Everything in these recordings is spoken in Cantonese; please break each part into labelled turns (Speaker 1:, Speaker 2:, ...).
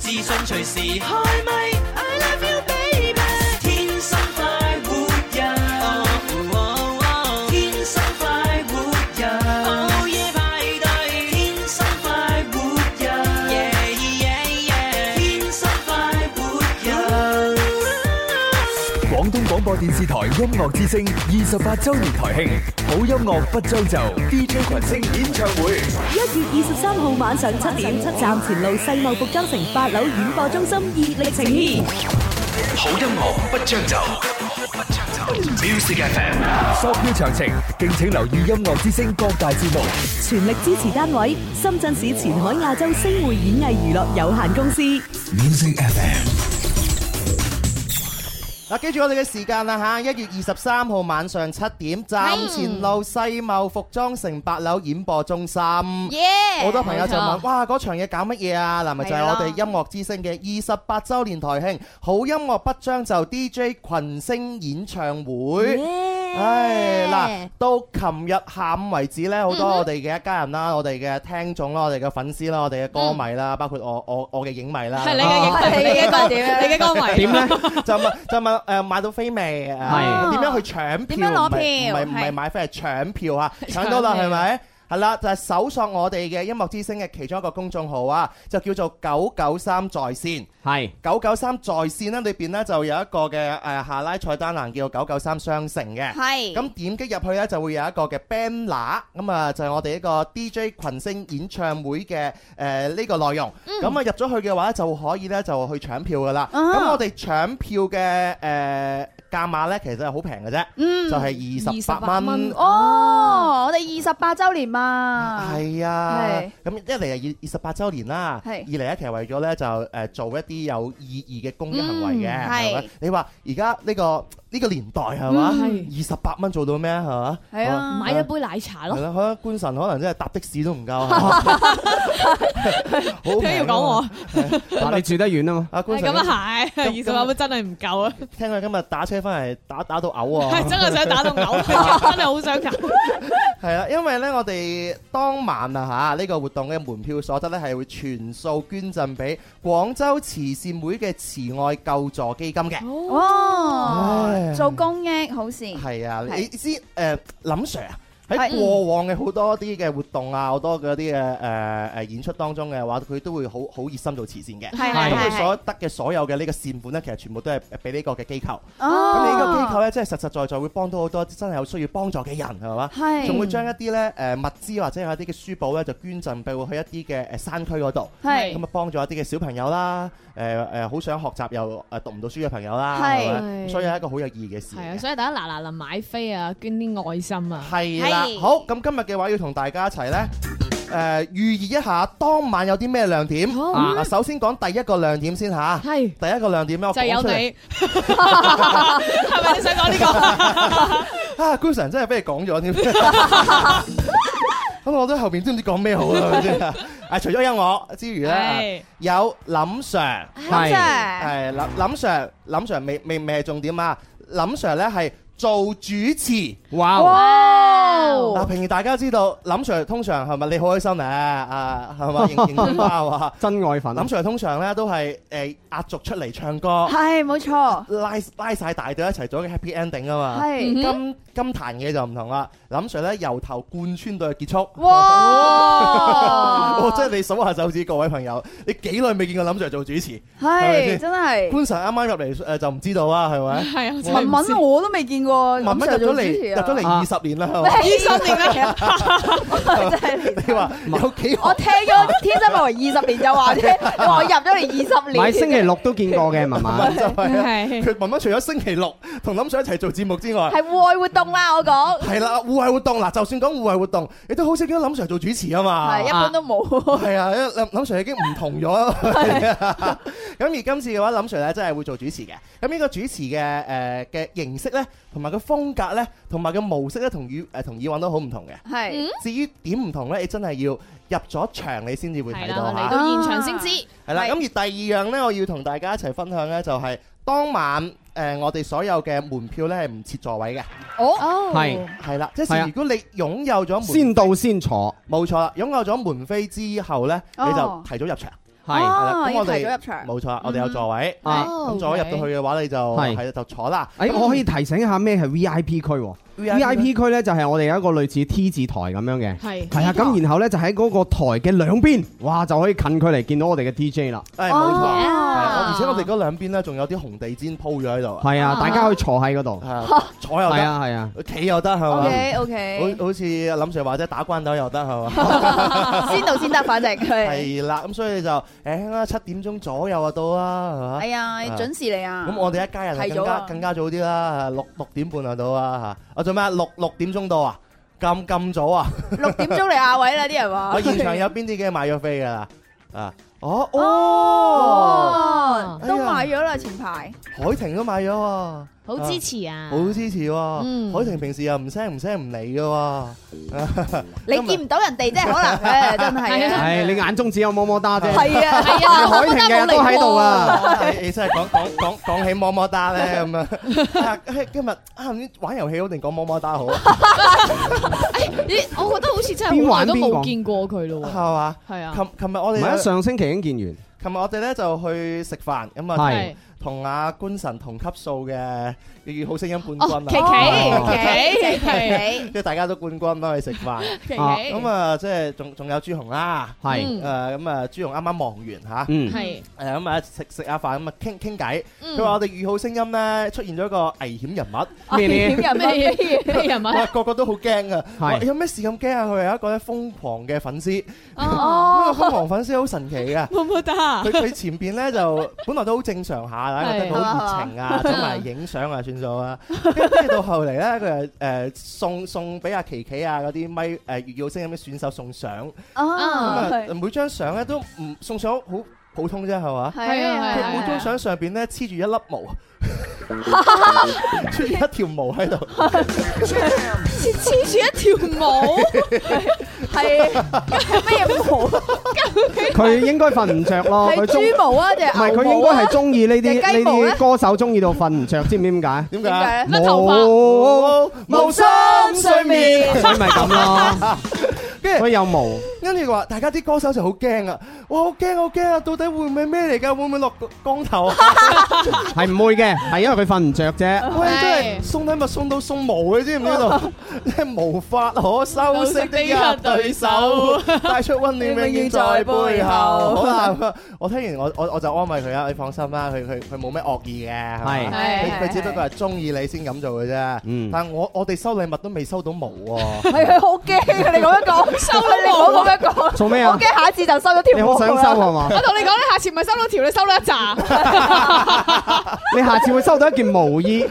Speaker 1: 隨時開咪，I love you baby，天生快活人哦哦哦天生快活人，午夜派對，天生快活人，yeah yeah yeah，天生快活人。
Speaker 2: 廣東廣播電視台音樂之聲二十八週年台慶，好音樂不將就，DJ 群星演唱會，
Speaker 3: 一月二十三號晚上七點，站前路世貿服裝城八樓演播中心熱力呈現。
Speaker 4: 好音樂不將就，Music FM
Speaker 2: 索票詳情敬請留意音樂之聲各大節目。
Speaker 3: 全力支持單位：深圳市前海亞洲星匯演藝娛樂有限公司。
Speaker 4: Music FM
Speaker 5: 嗱，記住我哋嘅時間啦嚇，一月二十三號晚上七點，站前路世貿服裝城八樓演播中心。好多朋友就問：哇，嗰場嘢搞乜嘢啊？嗱，咪就係我哋音樂之聲嘅二十八週年台慶，好音樂不將就 DJ 群星演唱會。唉，嗱，到琴日下午為止呢，好多我哋嘅一家人啦，我哋嘅聽眾啦，我哋嘅粉絲啦，我哋嘅歌迷啦，包括我我我嘅影迷啦，
Speaker 6: 係你嘅
Speaker 5: 啊
Speaker 6: 影迷，你嘅歌，你嘅歌迷
Speaker 7: 點咧？
Speaker 5: 就問就問誒買到飛未？
Speaker 7: 係
Speaker 5: 誒點樣去搶票？
Speaker 6: 點樣攞
Speaker 5: 唔係
Speaker 6: 票
Speaker 5: 唔係唔
Speaker 6: 係
Speaker 5: 係買飛係搶票 啊！搶到啦
Speaker 6: 搶
Speaker 5: 係
Speaker 6: 票
Speaker 5: 咪？係啦，就係搜索我哋嘅音樂之聲嘅其中一個公眾號啊，就叫做九九三在線。
Speaker 7: 係
Speaker 5: 九九三在線呢裏邊呢，就有一個嘅誒下拉菜單欄叫九九三商城嘅。
Speaker 6: 係
Speaker 5: 咁點擊入去呢，就會有一個嘅 banner，咁啊就係我哋一個 DJ 群星演唱會嘅誒呢個內容。咁啊入咗去嘅話就可以呢，就去搶票噶啦。
Speaker 6: 啊
Speaker 5: 咁我哋搶票嘅誒價碼呢，其實係好平嘅啫，
Speaker 6: 嗯
Speaker 5: 就係二十八蚊。
Speaker 6: 哦，我哋二十八周年嘛，
Speaker 5: 係啊
Speaker 6: 係，
Speaker 5: 咁一嚟係二二十八週年啦，二
Speaker 6: 係
Speaker 5: 嚟咧其實為咗咧就誒做一啲有意義嘅公益行為嘅，
Speaker 6: 嗯
Speaker 5: 係咪
Speaker 6: 係？
Speaker 5: 你話而家呢個呢個年代係嘛？
Speaker 7: 係
Speaker 5: 二十八蚊做到咩係嘛？
Speaker 6: 係啊
Speaker 7: 哎買一杯奶茶
Speaker 5: 係
Speaker 7: 咯，
Speaker 5: 啦，可能官神可能真係搭的士都唔夠， 好平
Speaker 7: 聽要講我
Speaker 5: 啊！，
Speaker 7: 但你住得 遠啊嘛，
Speaker 5: 阿官
Speaker 7: 係
Speaker 5: 神
Speaker 7: 咁啊係，
Speaker 5: 咁
Speaker 7: 二十八蚊真係唔夠啊，
Speaker 5: 聽佢今日打車翻嚟打打到嘔啊！
Speaker 7: 係真係想打到嘔， 啊哦真係好想嘔。
Speaker 5: 係啦，因為咧，我哋當晚啊嚇呢個活動嘅門票所得咧係會全數捐贈俾廣州慈善會嘅慈愛救助基金嘅。
Speaker 7: 哦
Speaker 6: 哇
Speaker 5: 唉，
Speaker 6: 做公益好事，
Speaker 5: 係啊，
Speaker 6: 係
Speaker 5: 你知誒、林 Sir 啊，喺
Speaker 6: 係
Speaker 5: 過往嘅好多啲嘅活動啊，好多嗰啲嘅誒誒演出當中嘅話，佢都會好好熱心做慈善嘅。
Speaker 6: 係
Speaker 5: 咁
Speaker 6: 係
Speaker 5: 佢
Speaker 6: 係
Speaker 5: 所
Speaker 6: 係，
Speaker 5: 得嘅所有嘅呢個善款咧，其實全部都係俾呢個嘅機構。咁
Speaker 6: 咁
Speaker 5: 你呢個機構咧，真係實實在在會幫到好多真係有需要幫助嘅人，係嘛？
Speaker 6: 係
Speaker 5: 仲會將一啲咧誒物資或者有一啲嘅書簿咧，就捐贈俾會去一啲嘅誒山區嗰度，
Speaker 6: 係
Speaker 5: 咁啊幫助一啲嘅小朋友啦，誒誒好想學習又呃誒讀唔到書嘅朋友啦，
Speaker 6: 係
Speaker 5: 係咪？所以係一個好有意義嘅事嚟
Speaker 7: 係啊，
Speaker 5: 嘅。
Speaker 7: 所以大家嗱嗱臨買飛啊，捐啲愛心啊，
Speaker 5: 係啦，
Speaker 6: 係
Speaker 5: 好，咁今日嘅話要同大家一齊呢，誒、預熱一下當晚有啲咩亮點。
Speaker 7: 好
Speaker 5: 啊，首先講第一個亮點先吓，
Speaker 7: 係
Speaker 5: 第一個亮點咧，我
Speaker 7: 就係
Speaker 5: 講
Speaker 7: 有
Speaker 5: 出嚟
Speaker 7: 你，係咪你想講 呢
Speaker 5: 啊 g u s o n 真係俾你講咗添。 咁我都後邊都唔知講咩好啦，係咪先啊，除咗有我之餘
Speaker 7: 個？
Speaker 5: 咧，
Speaker 7: 係
Speaker 5: 有林 Sir，
Speaker 6: 咁
Speaker 7: 係
Speaker 6: 啫，
Speaker 5: 係林林 Sir，林 Sir 未未未係重點啊，林 Sir 咧係做主持。
Speaker 7: 哇，
Speaker 5: 嗱，
Speaker 6: 哇，
Speaker 5: 平時大家知道林 Sir 通常係咪你好開心咧？啊，係咪認認真包啊？
Speaker 7: 真愛粉
Speaker 5: 林 Sir 通常咧都係誒壓軸出嚟唱歌，
Speaker 6: 係冇錯，
Speaker 5: 拉拉曬大隊一齊做一個 happy ending 啊嘛。
Speaker 6: 係，嗯
Speaker 5: 今今壇嘢就唔同啦，林 Sir 咧由頭貫穿到去結束。
Speaker 6: 哇，
Speaker 5: 哦，即係你數下手指，各位朋友，你幾耐未見過林 Sir 做主持？咪先
Speaker 6: 係真係，
Speaker 5: 官神啱啱入嚟誒就唔知道啦，係咪？
Speaker 7: 係啊，真係
Speaker 6: 文
Speaker 7: 唔
Speaker 6: 文
Speaker 7: 知
Speaker 6: 我都未見過，
Speaker 5: 慢慢入咗嚟，入咗嚟二十年啦，係咪？
Speaker 6: 啊二十年 啦，真係。
Speaker 5: 你 話有幾
Speaker 6: 我聽咗《天生快活人》二十年就話啫，你話我入咗嚟二十
Speaker 8: 唔係
Speaker 6: 年，
Speaker 8: 星期六都見過嘅，文
Speaker 5: 可
Speaker 8: 文。
Speaker 5: 就係啊？
Speaker 7: 係
Speaker 5: 佢慢慢除咗星期六同林 Sir 一齊做節目之外。
Speaker 6: 係户外活動 啦，我講
Speaker 5: 係啦，戶外活動嗱，就算講戶外活動，你都好少見到林 Sir 做主持啊嘛。
Speaker 6: 係一般都冇。
Speaker 5: 係啊，因為林林 Sir 已經唔同咗啦。 咁而今次嘅話，林 Sir 咧真係會做主持嘅。咁呢個主持嘅誒嘅形式咧，同埋個風格咧，同埋個模式咧，同以誒同以往都好唔同嘅。
Speaker 7: 嗯
Speaker 6: 係
Speaker 5: 至於點唔同咧，你真係要入咗場你先至會睇
Speaker 7: 係
Speaker 5: 到
Speaker 7: 啦，
Speaker 5: 嚇
Speaker 7: 嚟。到現場先知。
Speaker 5: 係啦，咁而第二樣呢，我要同大家一齊分享呢，就係當晚誒我哋所有嘅門票呢係唔設座位嘅，
Speaker 6: 哦，
Speaker 8: 係
Speaker 5: 係啦，即
Speaker 8: 係
Speaker 5: 係
Speaker 8: 啊
Speaker 5: 如果你擁有咗門
Speaker 8: 先到先坐，
Speaker 5: 冇錯啦，擁有咗門飛之後呢，
Speaker 6: 哦
Speaker 5: 你就提早入場，
Speaker 8: 係
Speaker 6: 哦，
Speaker 5: 啦咁
Speaker 6: 要
Speaker 5: 我
Speaker 6: 提
Speaker 5: 哋
Speaker 6: 早入場。哦
Speaker 5: 冇錯，我哋有座位。
Speaker 8: 啊
Speaker 5: 咁座位入到去嘅話，你就
Speaker 8: 係
Speaker 5: 係就坐啦。
Speaker 8: 誒，哎我可以提醒一下咩係 V I P 區喎？V I P 區咧就係我哋有一個類似 T 字台咁樣嘅，
Speaker 7: 係
Speaker 8: 係啊，咁然後咧就喺嗰個台嘅兩邊，哇就可以近距離見到我哋嘅 D J 啦。
Speaker 5: 誒冇錯，係
Speaker 7: 哦
Speaker 5: 啊而且我哋嗰兩邊咧仲有啲紅地氈鋪咗喺度啊
Speaker 8: 係啊，大家可以坐喺嗰度。
Speaker 5: 係啊，坐又
Speaker 8: 係
Speaker 5: 得，
Speaker 8: 啊係啊，
Speaker 5: 企又得係嘛？
Speaker 6: OK OK，
Speaker 5: 好好似林 Sir 話齋打關鬥又得係嘛？
Speaker 6: 先到先得，反正 係。
Speaker 5: 係啦，咁所以你就誒輕啦，七點鐘左右就到啦，係嘛？
Speaker 6: 哎呀，準時嚟啊！
Speaker 5: 咁我哋一家人係更
Speaker 6: 提早
Speaker 5: 加
Speaker 6: 啊
Speaker 5: 更加早啲啦，六六點半就到啦嚇。我做咩啊？六六點鐘到啊？咁咁早啊？
Speaker 6: 六點鐘嚟亞位啦，啲人 話。
Speaker 5: 我現場有邊啲嘅買咗飛㗎啦？啊，哦
Speaker 6: 哎
Speaker 5: 哦，
Speaker 6: 哦，
Speaker 5: 哎呀
Speaker 6: 都買咗啦，前排。
Speaker 5: 海婷都買咗喎。
Speaker 7: 好支持啊！
Speaker 5: 好支持喎！
Speaker 7: 嗯
Speaker 5: 海婷平時又唔聲唔聲唔嚟嘅喎，
Speaker 6: 你見唔到人哋啫，可能誒，真係啊。
Speaker 8: 係你眼中只有麼麼哒啫。
Speaker 6: 係啊，
Speaker 7: 係啊
Speaker 8: 海婷嘅都喺度啊。
Speaker 5: 你真係講講講講起麼麼哒咧咁樣啊！今日 啊，唔知玩遊戲好定講麼么哒好啊？
Speaker 7: 哎咦，我覺得好似 真係好耐都冇見過佢咯喎，
Speaker 5: 係嘛？
Speaker 7: 係啊，
Speaker 5: 琴琴日我
Speaker 8: 唔
Speaker 5: 哋
Speaker 8: 係啊，
Speaker 5: 呢
Speaker 8: 上星期已經見
Speaker 5: 琴日我哋咧就去食飯咁啊，
Speaker 8: 係
Speaker 7: 係
Speaker 5: 同阿官神同級數嘅粵語好聲音冠
Speaker 7: 哦，
Speaker 5: 軍
Speaker 7: 琪
Speaker 5: 啊，
Speaker 8: 哦
Speaker 7: 琪，琪琪，琪
Speaker 6: 你
Speaker 5: 即係大家都冠軍啦去食飯。
Speaker 7: 琪，
Speaker 8: 啊
Speaker 5: 咁啊，即係仲仲有朱紅啦，
Speaker 8: 完，係
Speaker 5: 誒咁啊，朱紅啱啱忙完嚇。
Speaker 8: 嗯
Speaker 7: 係，
Speaker 5: 誒咁啊食食下飯咁啊傾傾偈，
Speaker 7: 嗯
Speaker 5: 佢話我哋預好聲音咧出現咗一個危險人物，
Speaker 8: 咩呢？
Speaker 6: 點 人
Speaker 7: 咩
Speaker 6: 咩？
Speaker 7: 咩人物？
Speaker 5: 哇個個都好驚啊！
Speaker 8: 係
Speaker 5: 哇有咩事咁驚啊？佢係一個咧瘋狂嘅粉絲，
Speaker 7: 哦，
Speaker 5: 呢
Speaker 6: 哦，
Speaker 5: 個瘋狂粉絲好神奇 嘅。
Speaker 7: 冇冇得啊
Speaker 5: 佢？佢前邊咧 就本來都好正常下啦，覺得佢好熱情啊，
Speaker 7: 係
Speaker 5: 走埋影相啊算數啊。跟跟住到後嚟咧，佢誒送送俾阿琪琪啊嗰啲咪誒粵語好聲音嘅選手送相，
Speaker 7: 哦
Speaker 5: 咁
Speaker 6: 啊，
Speaker 5: 啊
Speaker 6: 係
Speaker 5: 每張相咧都唔送相好普通啫係嘛？
Speaker 6: 係
Speaker 7: 係
Speaker 5: 佢
Speaker 7: 啊
Speaker 5: 每張相上邊咧黐住一粒 毛， 黐住一條毛喺度，
Speaker 7: 黐黐住一條毛，
Speaker 6: 係啊係咩毛？
Speaker 8: 佢應該瞓唔着咯，佢
Speaker 6: 係
Speaker 8: 中
Speaker 6: 豬
Speaker 8: 唔
Speaker 6: 毛啊，定係
Speaker 8: 係
Speaker 6: 牛
Speaker 8: 佢應
Speaker 6: 毛啊
Speaker 8: 該係中意呢啲
Speaker 6: 定雞
Speaker 8: 呢
Speaker 6: 毛咧
Speaker 8: 啲歌手中意到瞓唔着，知唔知點解？
Speaker 5: 點
Speaker 6: 點
Speaker 5: 解？
Speaker 6: 解咧？
Speaker 7: 甩頭髮
Speaker 8: 冇
Speaker 5: 無心睡眠。
Speaker 8: 所以咪 咁咯，
Speaker 5: 跟住
Speaker 8: 所以有毛。
Speaker 5: 跟住佢話，大家啲歌手就好驚啊！哇，好驚好驚啊！到底會唔會咩嚟㗎？會唔會落光頭 啊？
Speaker 8: 係唔會嘅，係因為佢瞓唔着啫。
Speaker 5: 喂，真係送禮物送到送毛嘅，知唔知道？真係無法可收拾的一對手，帶出温 暖永遠在背後。 好啦，我聽完我我我就安慰佢啊，你放心啦，佢佢佢冇咩惡意嘅，係咪
Speaker 8: 係
Speaker 5: 佢
Speaker 6: 係
Speaker 5: 佢只不過係中意你先咁做嘅啫。
Speaker 8: 嗯
Speaker 5: 但係我我哋收禮物都未收到毛 喎。
Speaker 6: 係啊佢好驚啊！你咁樣講，收你唔好咁樣講。
Speaker 8: 做咩
Speaker 6: 我
Speaker 8: 啊？
Speaker 6: 驚下一次就收咗條
Speaker 8: 你
Speaker 6: 毛
Speaker 8: 好想收啊係嘛？
Speaker 7: 我同你講，你下次唔係收到條，你收到一紮。
Speaker 8: 你下次會收到一件毛衣，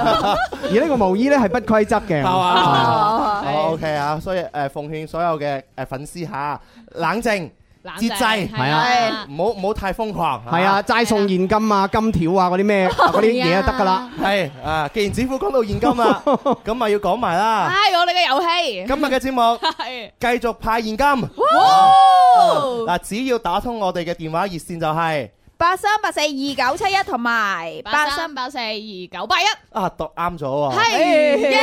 Speaker 8: 而呢個毛衣咧係不規則嘅。
Speaker 5: 嘛
Speaker 6: 啊！
Speaker 5: 好 OK 啊，所以誒奉勸所有嘅誒粉絲嚇，冷靜，
Speaker 7: 冷
Speaker 5: 節制
Speaker 8: 係啊
Speaker 5: 唔好唔好太瘋狂。
Speaker 8: 係啊，，齋送現金啊、金條啊嗰啲咩嗰啲嘢就得㗎啦。
Speaker 5: 係啊，既然子虎講到現金啦，咁咪要講埋啦。
Speaker 7: 唉，我哋嘅遊戲
Speaker 5: 今日嘅節目
Speaker 7: 係
Speaker 5: 繼續派現金。
Speaker 6: 哦，
Speaker 5: 嗱，只要打通我哋嘅電話熱線就係、
Speaker 6: 八三八四二九七一同埋
Speaker 7: 八三八四二九八一，
Speaker 5: 啊，讀啱咗喎。
Speaker 7: 係耶！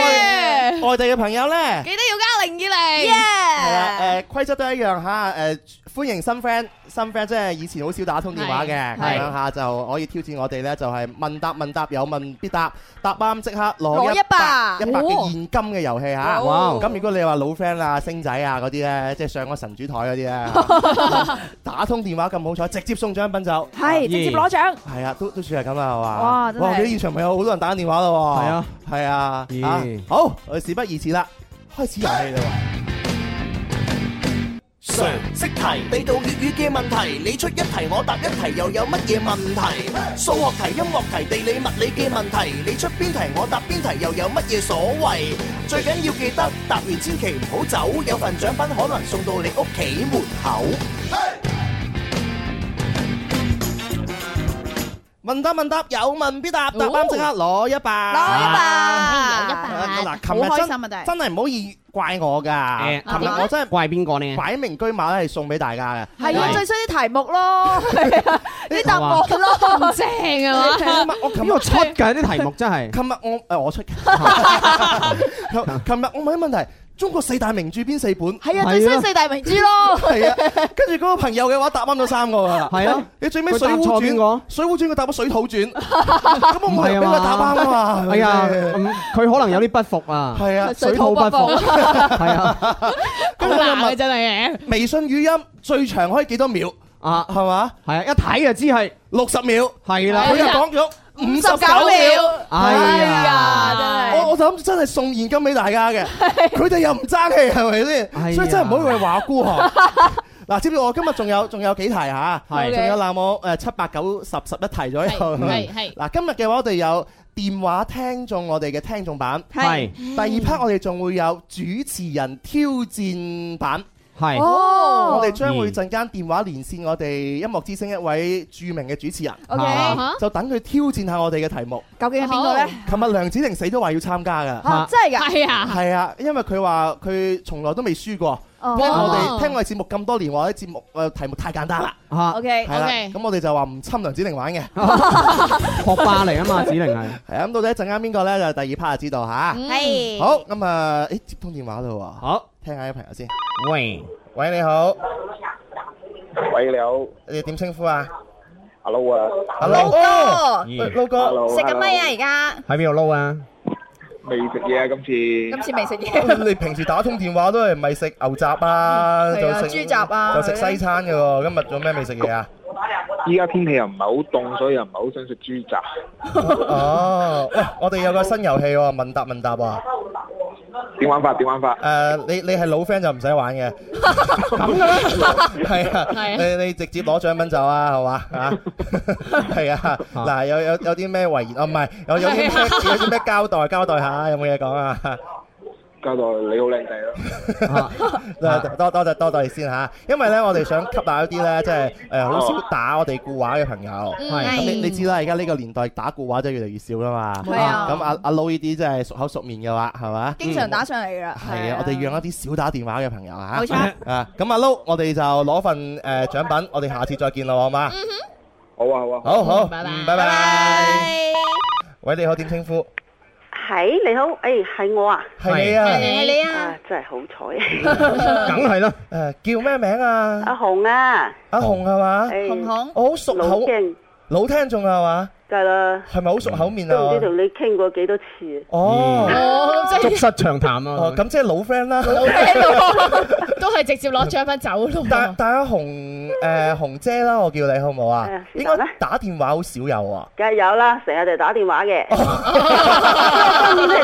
Speaker 5: 外地嘅朋友呢，
Speaker 7: 哎記得要加零二零。
Speaker 5: 係
Speaker 7: 哎
Speaker 5: 啦，
Speaker 6: 耶！
Speaker 5: 誒規則呃都一樣嚇，誒歡迎新 friend，新 friend 即係以前好少打通電話嘅，
Speaker 7: 係
Speaker 5: 咁樣嚇就可以挑戰我哋呢，就係問答問答有問必答，答啱即刻攞
Speaker 6: 攞
Speaker 5: 一
Speaker 6: 一
Speaker 5: 百
Speaker 6: 百
Speaker 5: 一百嘅
Speaker 7: 哦
Speaker 5: 現金嘅遊戲嚇。
Speaker 8: 哇
Speaker 5: 咁如果你話老 friend 啊、星仔啊嗰啲咧，即係上咗神主台嗰 啲咧，打通電話咁好彩，直接送獎品就
Speaker 6: 係直接攞獎，
Speaker 5: 係啊，都都算係咁啦，係嘛？
Speaker 6: 哇真係
Speaker 5: 哇！你現場咪有好多人打緊電話咯喎。
Speaker 8: 係啊，
Speaker 5: 係啊，
Speaker 8: 咦
Speaker 5: 啊好，我哋事不宜遲啦，開始遊戲啦喎。
Speaker 4: 常識題，地道粵語嘅問題，你出一題我答一題，又有乜嘢問題？數學題、音樂題、地理物理嘅問題，你出邊題我答邊題，又有乜嘢所謂？最緊要記得答完千祈唔好走，有份獎品可能送到你屋企門口。
Speaker 5: 問答問答有問必答，答啱即刻攞一百。
Speaker 6: 哦攞一
Speaker 8: 哎
Speaker 6: 百，
Speaker 5: 嗱，
Speaker 6: 好
Speaker 5: 琴日
Speaker 6: 開
Speaker 5: 真
Speaker 6: 心啊！真係
Speaker 5: 真係唔好意怪我㗎，
Speaker 8: 誒啊
Speaker 5: 琴日我真係
Speaker 8: 怪邊個呢？
Speaker 5: 擺明居馬咧係送俾大家嘅。
Speaker 6: 係啊，
Speaker 8: 係
Speaker 6: 最衰啲題目 咯，係啊啲答案咯，
Speaker 7: 咁正啊嘛！
Speaker 5: 琴日我琴
Speaker 8: 邊
Speaker 5: 日
Speaker 8: 個出 㗎啲題目真係？
Speaker 5: 琴日我誒我出嘅，琴琴日我問啲問題，中國四大名著邊四本？
Speaker 6: 係啊，最衰四大名著咯。
Speaker 5: 係啊，跟住嗰個朋友嘅話答啱咗三個啊。
Speaker 8: 係啊，
Speaker 5: 你最尾
Speaker 8: 佢
Speaker 5: 水
Speaker 8: 答
Speaker 5: 滸
Speaker 8: 錯
Speaker 5: 傳
Speaker 8: 邊個
Speaker 5: 水滸傳佢答咗水 土傳，咁我冇人俾佢答啱啊嘛。
Speaker 8: 哎呀，嗯佢可能有啲不服啊，
Speaker 5: 係啊，
Speaker 8: 水土不服， 係 啊，
Speaker 7: 好難嘅真係。
Speaker 5: 微信語音最長可以幾多秒？
Speaker 8: 啊，
Speaker 5: 係嘛？
Speaker 8: 係啊，一睇就知係
Speaker 5: 六十秒，
Speaker 8: 係
Speaker 5: 佢
Speaker 8: 啦，
Speaker 5: 就講咗五十九秒。
Speaker 6: 59
Speaker 8: 哎呀，
Speaker 6: 啊，真係
Speaker 5: 我我就諗真係送現金俾大家嘅，佢哋又唔爭氣係咪
Speaker 8: 哎呀
Speaker 5: 先？所以真係唔好以為話孤寒。 嗱，接住我今日仲有仲有幾題嚇，
Speaker 8: 係
Speaker 5: 仲有那麼誒七八九十十一題左右。
Speaker 7: 係係 係
Speaker 5: 嗱，今日嘅話我哋有電話聽眾，我哋嘅聽眾版。
Speaker 8: 係
Speaker 5: 第二 part 我哋仲會有主持人挑戰版，
Speaker 8: 係嗯
Speaker 6: 哦
Speaker 5: 我哋將會陣間電話連線我哋音樂之星一位著名嘅主持人，
Speaker 6: ，OK，
Speaker 8: 啊
Speaker 7: 嚇
Speaker 5: 就等佢挑戰下我哋嘅題目。
Speaker 6: 究竟係邊個咧？
Speaker 5: 琴日梁子玲死都話要參加㗎。
Speaker 8: 啊
Speaker 6: 啊，真係㗎，
Speaker 7: 係啊，
Speaker 5: 係啊，因為佢話佢從來都未輸過。
Speaker 6: 哦
Speaker 5: 聽我
Speaker 7: 哦
Speaker 5: 哋聽我哋節目咁多年，我啲節目誒題目太簡單啦，
Speaker 8: 嚇，
Speaker 6: ，OK，
Speaker 5: 係啦
Speaker 7: OK，
Speaker 5: 咁我哋就話唔侵梁子玲玩嘅。
Speaker 8: 學 霸嚟啊嘛，子玲係，
Speaker 5: 係啊咁到底一陣間邊個咧？就第二 part 就知道吓。
Speaker 6: 嗯係，
Speaker 5: 好，咁啊，誒接通電話啦喎，
Speaker 8: 好，
Speaker 5: 聽下啲朋友先。
Speaker 8: 喂，
Speaker 5: 喂，你好，
Speaker 9: 喂，你好
Speaker 5: 你哋點稱呼啊
Speaker 9: ，hello 啊，
Speaker 5: ？Hello，哦
Speaker 6: 哥
Speaker 5: 喂撈哥，
Speaker 9: Hello，
Speaker 6: 食緊乜
Speaker 9: hello
Speaker 6: 啊？而家
Speaker 8: 喺邊度撈啊？
Speaker 9: 未食嘢啊，今
Speaker 6: 今
Speaker 9: 次
Speaker 6: 次未 食嘢，
Speaker 5: 你平時打通電話都係咪食牛雜啊？
Speaker 6: 係啊
Speaker 5: 就食
Speaker 6: 豬雜啊
Speaker 5: 就食西餐嘅喎。今日做咩未食嘢啊？
Speaker 9: 依家天氣又唔係好凍，所以又唔係好想食豬雜。
Speaker 5: 哦，喂，我哋有個新遊戲喎，問答問答喎。
Speaker 9: 點玩法？點玩法？
Speaker 5: 誒，你你係老 friend 就唔使玩嘅，咁嘅 咩？係啊，
Speaker 7: 係
Speaker 5: 你你直接攞獎品走啊，係嘛 嚇？係啊，嗱有有有啲咩遺言？哦，唔係有有啲咩
Speaker 7: 係啊
Speaker 5: 有啲咩交代交代下，有冇嘢講啊？
Speaker 9: 交代你好靚仔咯，
Speaker 5: 多多多謝多謝你先嚇，因為咧我哋想吸納一啲咧，即係誒好少打我哋固話嘅朋友，
Speaker 6: 嗯
Speaker 5: 係咁你你知啦，而家呢個年代打固話真係越嚟越少啦嘛。
Speaker 6: 係啊
Speaker 5: 咁阿阿 Low 呢啲真係熟口熟面嘅話，係嘛？嗯
Speaker 6: 經常打上嚟㗎啦，
Speaker 5: 係啊，我哋養一啲少打電話嘅朋友嚇。
Speaker 6: 冇錯，
Speaker 5: 啊，咁阿 Lou，我哋就攞份誒獎品，我哋下次再見啦，好嘛？
Speaker 9: 好啊好啊，
Speaker 5: 好好，
Speaker 7: 拜拜
Speaker 5: 嗯拜
Speaker 6: 嗯拜
Speaker 5: 拜。
Speaker 6: 拜，
Speaker 5: 喂，你好，點稱呼？
Speaker 10: 係你好，誒係我啊，
Speaker 5: 係你啊？
Speaker 6: 係你啊，
Speaker 10: 啊真係好 彩，
Speaker 8: 梗係啦，
Speaker 5: 誒，叫咩名啊？
Speaker 10: 阿紅啊，
Speaker 5: 阿紅係嘛？
Speaker 10: 誒
Speaker 6: 紅紅，
Speaker 5: 我好熟
Speaker 10: 老
Speaker 5: 口，
Speaker 10: 驚
Speaker 5: 老聽眾啊係嘛？
Speaker 10: 㗎啦，
Speaker 5: 係咪好熟口面
Speaker 10: 都唔知
Speaker 5: 啊？
Speaker 10: 同你傾過幾多次啊，
Speaker 5: 哦，
Speaker 7: 哦，即
Speaker 8: 促
Speaker 7: 係
Speaker 8: 膝嗯長談
Speaker 5: 哦
Speaker 8: 啊，，
Speaker 5: 咁即係老 friend 啦。
Speaker 7: 都係直接攞獎品走 咯
Speaker 5: 但
Speaker 7: 喎。
Speaker 5: 但阿紅誒紅姐啦，我叫你好唔好啊
Speaker 10: 係啊？是
Speaker 5: 應
Speaker 10: 但啦
Speaker 5: 該打電話好少有啊。
Speaker 10: 梗係有啦，成日就打電話嘅， 今年係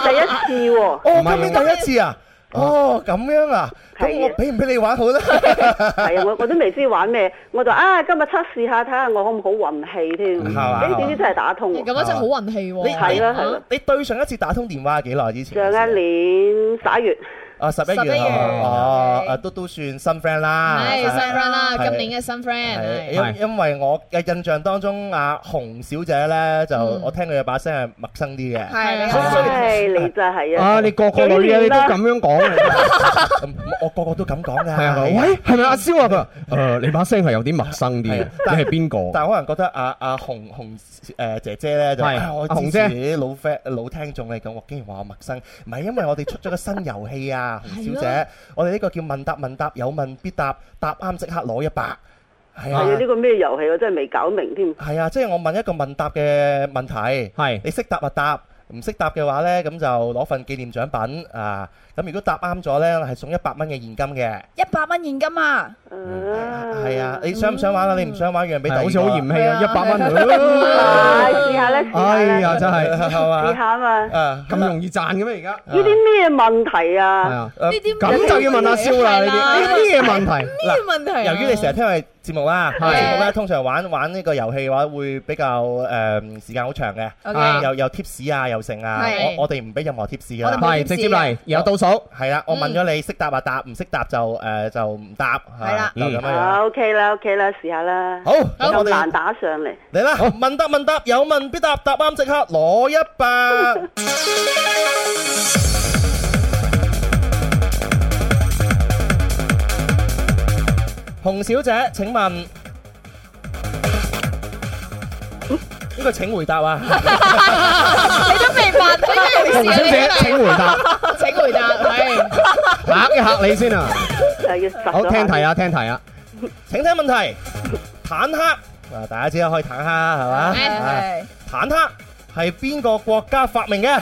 Speaker 10: 第一次喎，
Speaker 5: 哦，
Speaker 8: 唔係
Speaker 5: 今年第一次啊！哦，咁樣啊？咁
Speaker 10: 係
Speaker 5: 我
Speaker 10: 啊
Speaker 5: 俾唔俾你玩 好咧？
Speaker 10: 係啊，我我都未知玩咩，我就啊今日測試下睇下我好唔好運氣添，
Speaker 5: 係嘛
Speaker 10: 誒點知真係打通
Speaker 7: 咁
Speaker 10: 喎，
Speaker 7: 樣真係好運氣喎。
Speaker 10: 係啦係啦，
Speaker 5: 你對上一次打通電話係幾耐之前嘅
Speaker 10: 上
Speaker 5: 事啊？
Speaker 10: 一年十一月
Speaker 5: 啊，十一月
Speaker 6: 11月
Speaker 5: 啊哦，
Speaker 6: OK
Speaker 5: 啊都都算新 friend 啦，
Speaker 7: 係新 friend 啦，
Speaker 5: 係
Speaker 7: 今年嘅新
Speaker 5: 係
Speaker 7: friend 係。
Speaker 5: 因因為我嘅印象當中，阿紅小姐咧就我聽佢嘅把聲係陌生啲嘅，
Speaker 10: Dạ.
Speaker 6: 係你
Speaker 7: 所以
Speaker 6: 好，
Speaker 10: 唉你真係啊，
Speaker 5: À,
Speaker 8: 啊，你個個女嘅你都咁樣講 嚟㗎。
Speaker 5: 嗯我個個都咁講㗎。
Speaker 8: 係啊，
Speaker 5: 係啊
Speaker 8: 喂，係咪阿蕭啊？佢話：誒，你把聲係有啲陌生啲
Speaker 5: 係
Speaker 8: 嘅
Speaker 5: 啊，但
Speaker 8: 你係邊個？
Speaker 5: 但係可能覺得阿阿紅紅誒姐姐咧就
Speaker 8: 係
Speaker 5: 啊我
Speaker 8: 阿紅
Speaker 5: 支
Speaker 8: 姐
Speaker 5: 持你啲老 friend 老聽眾嚟講，我竟然話我陌生，唔係因為我哋出咗個新遊戲啊，紅小姐，我哋呢個叫問答問答，有問必答，答啱即刻攞一百，係啊
Speaker 10: 係啊，呢個咩遊戲我真係未搞明添，
Speaker 5: 係啊，即係我問一個問答嘅問題，
Speaker 8: 係
Speaker 5: 你識答就答，唔識答嘅話呢，咁就攞份紀念獎品啊。咁如果答啱咗呢，係送一百蚊嘅現金嘅。
Speaker 6: 一百蚊現金啊，
Speaker 5: 係
Speaker 10: 係
Speaker 5: 啊，，你想唔想玩啊？你唔想玩，讓俾第
Speaker 8: 嗯係
Speaker 5: 二個
Speaker 8: 好似好嫌棄啊，
Speaker 6: 係啊
Speaker 8: 一百
Speaker 10: 唉
Speaker 8: 蚊。
Speaker 10: 試下咧試下
Speaker 8: 哎
Speaker 10: 咧
Speaker 8: 呀，真係
Speaker 5: 係
Speaker 10: 試
Speaker 5: 嘛？
Speaker 10: 下啊嘛。
Speaker 5: 啊，
Speaker 8: 咁容易賺嘅咩？而家
Speaker 10: 呢啲咩問題
Speaker 8: 係
Speaker 10: 啊？
Speaker 8: 啊，
Speaker 5: 呢
Speaker 7: 啲
Speaker 8: 咁就要問阿蕭啦。呢啲呢啲嘢問題，
Speaker 5: 嗱
Speaker 7: 咩問題
Speaker 5: 由
Speaker 7: 啊？
Speaker 5: 於你成日聽我哋節目啦，
Speaker 8: 係
Speaker 5: 節目咧通常玩玩呢個遊戲嘅話，會比較誒時間好長嘅
Speaker 6: OK，
Speaker 5: 啊又又 tips 啊，又剩啊，
Speaker 6: 係
Speaker 5: 我我哋唔俾任何 tips
Speaker 6: 我
Speaker 5: 噶啦
Speaker 6: 哋冇。
Speaker 8: 係直接嚟，然後倒數。
Speaker 5: 係啦，我問咗你識答就答，唔識答就誒就唔答，
Speaker 6: 係啦
Speaker 5: 就咁樣樣。
Speaker 10: 啊，OK 啦，OK 啦，試下啦。
Speaker 5: 好，咁
Speaker 10: 咁
Speaker 5: 我
Speaker 10: 難
Speaker 5: 哋
Speaker 10: 打上嚟，
Speaker 5: 嚟啦，問答問答，有問必答，答啱即刻攞一百。洪小姐，請問呢個請回答啊！
Speaker 7: 你都未問，你都有事
Speaker 8: 洪小姐
Speaker 7: 啊？
Speaker 8: 請回答。
Speaker 7: 你真係請回答，係
Speaker 8: 即刻嚇你先啊。
Speaker 10: 又要實咗下先。
Speaker 8: 好，聽題啊，聽題啊。
Speaker 5: 請聽問題：坦克啊，大家知啦，可以坦克係嘛？啊坦克係邊個國家發明嘅？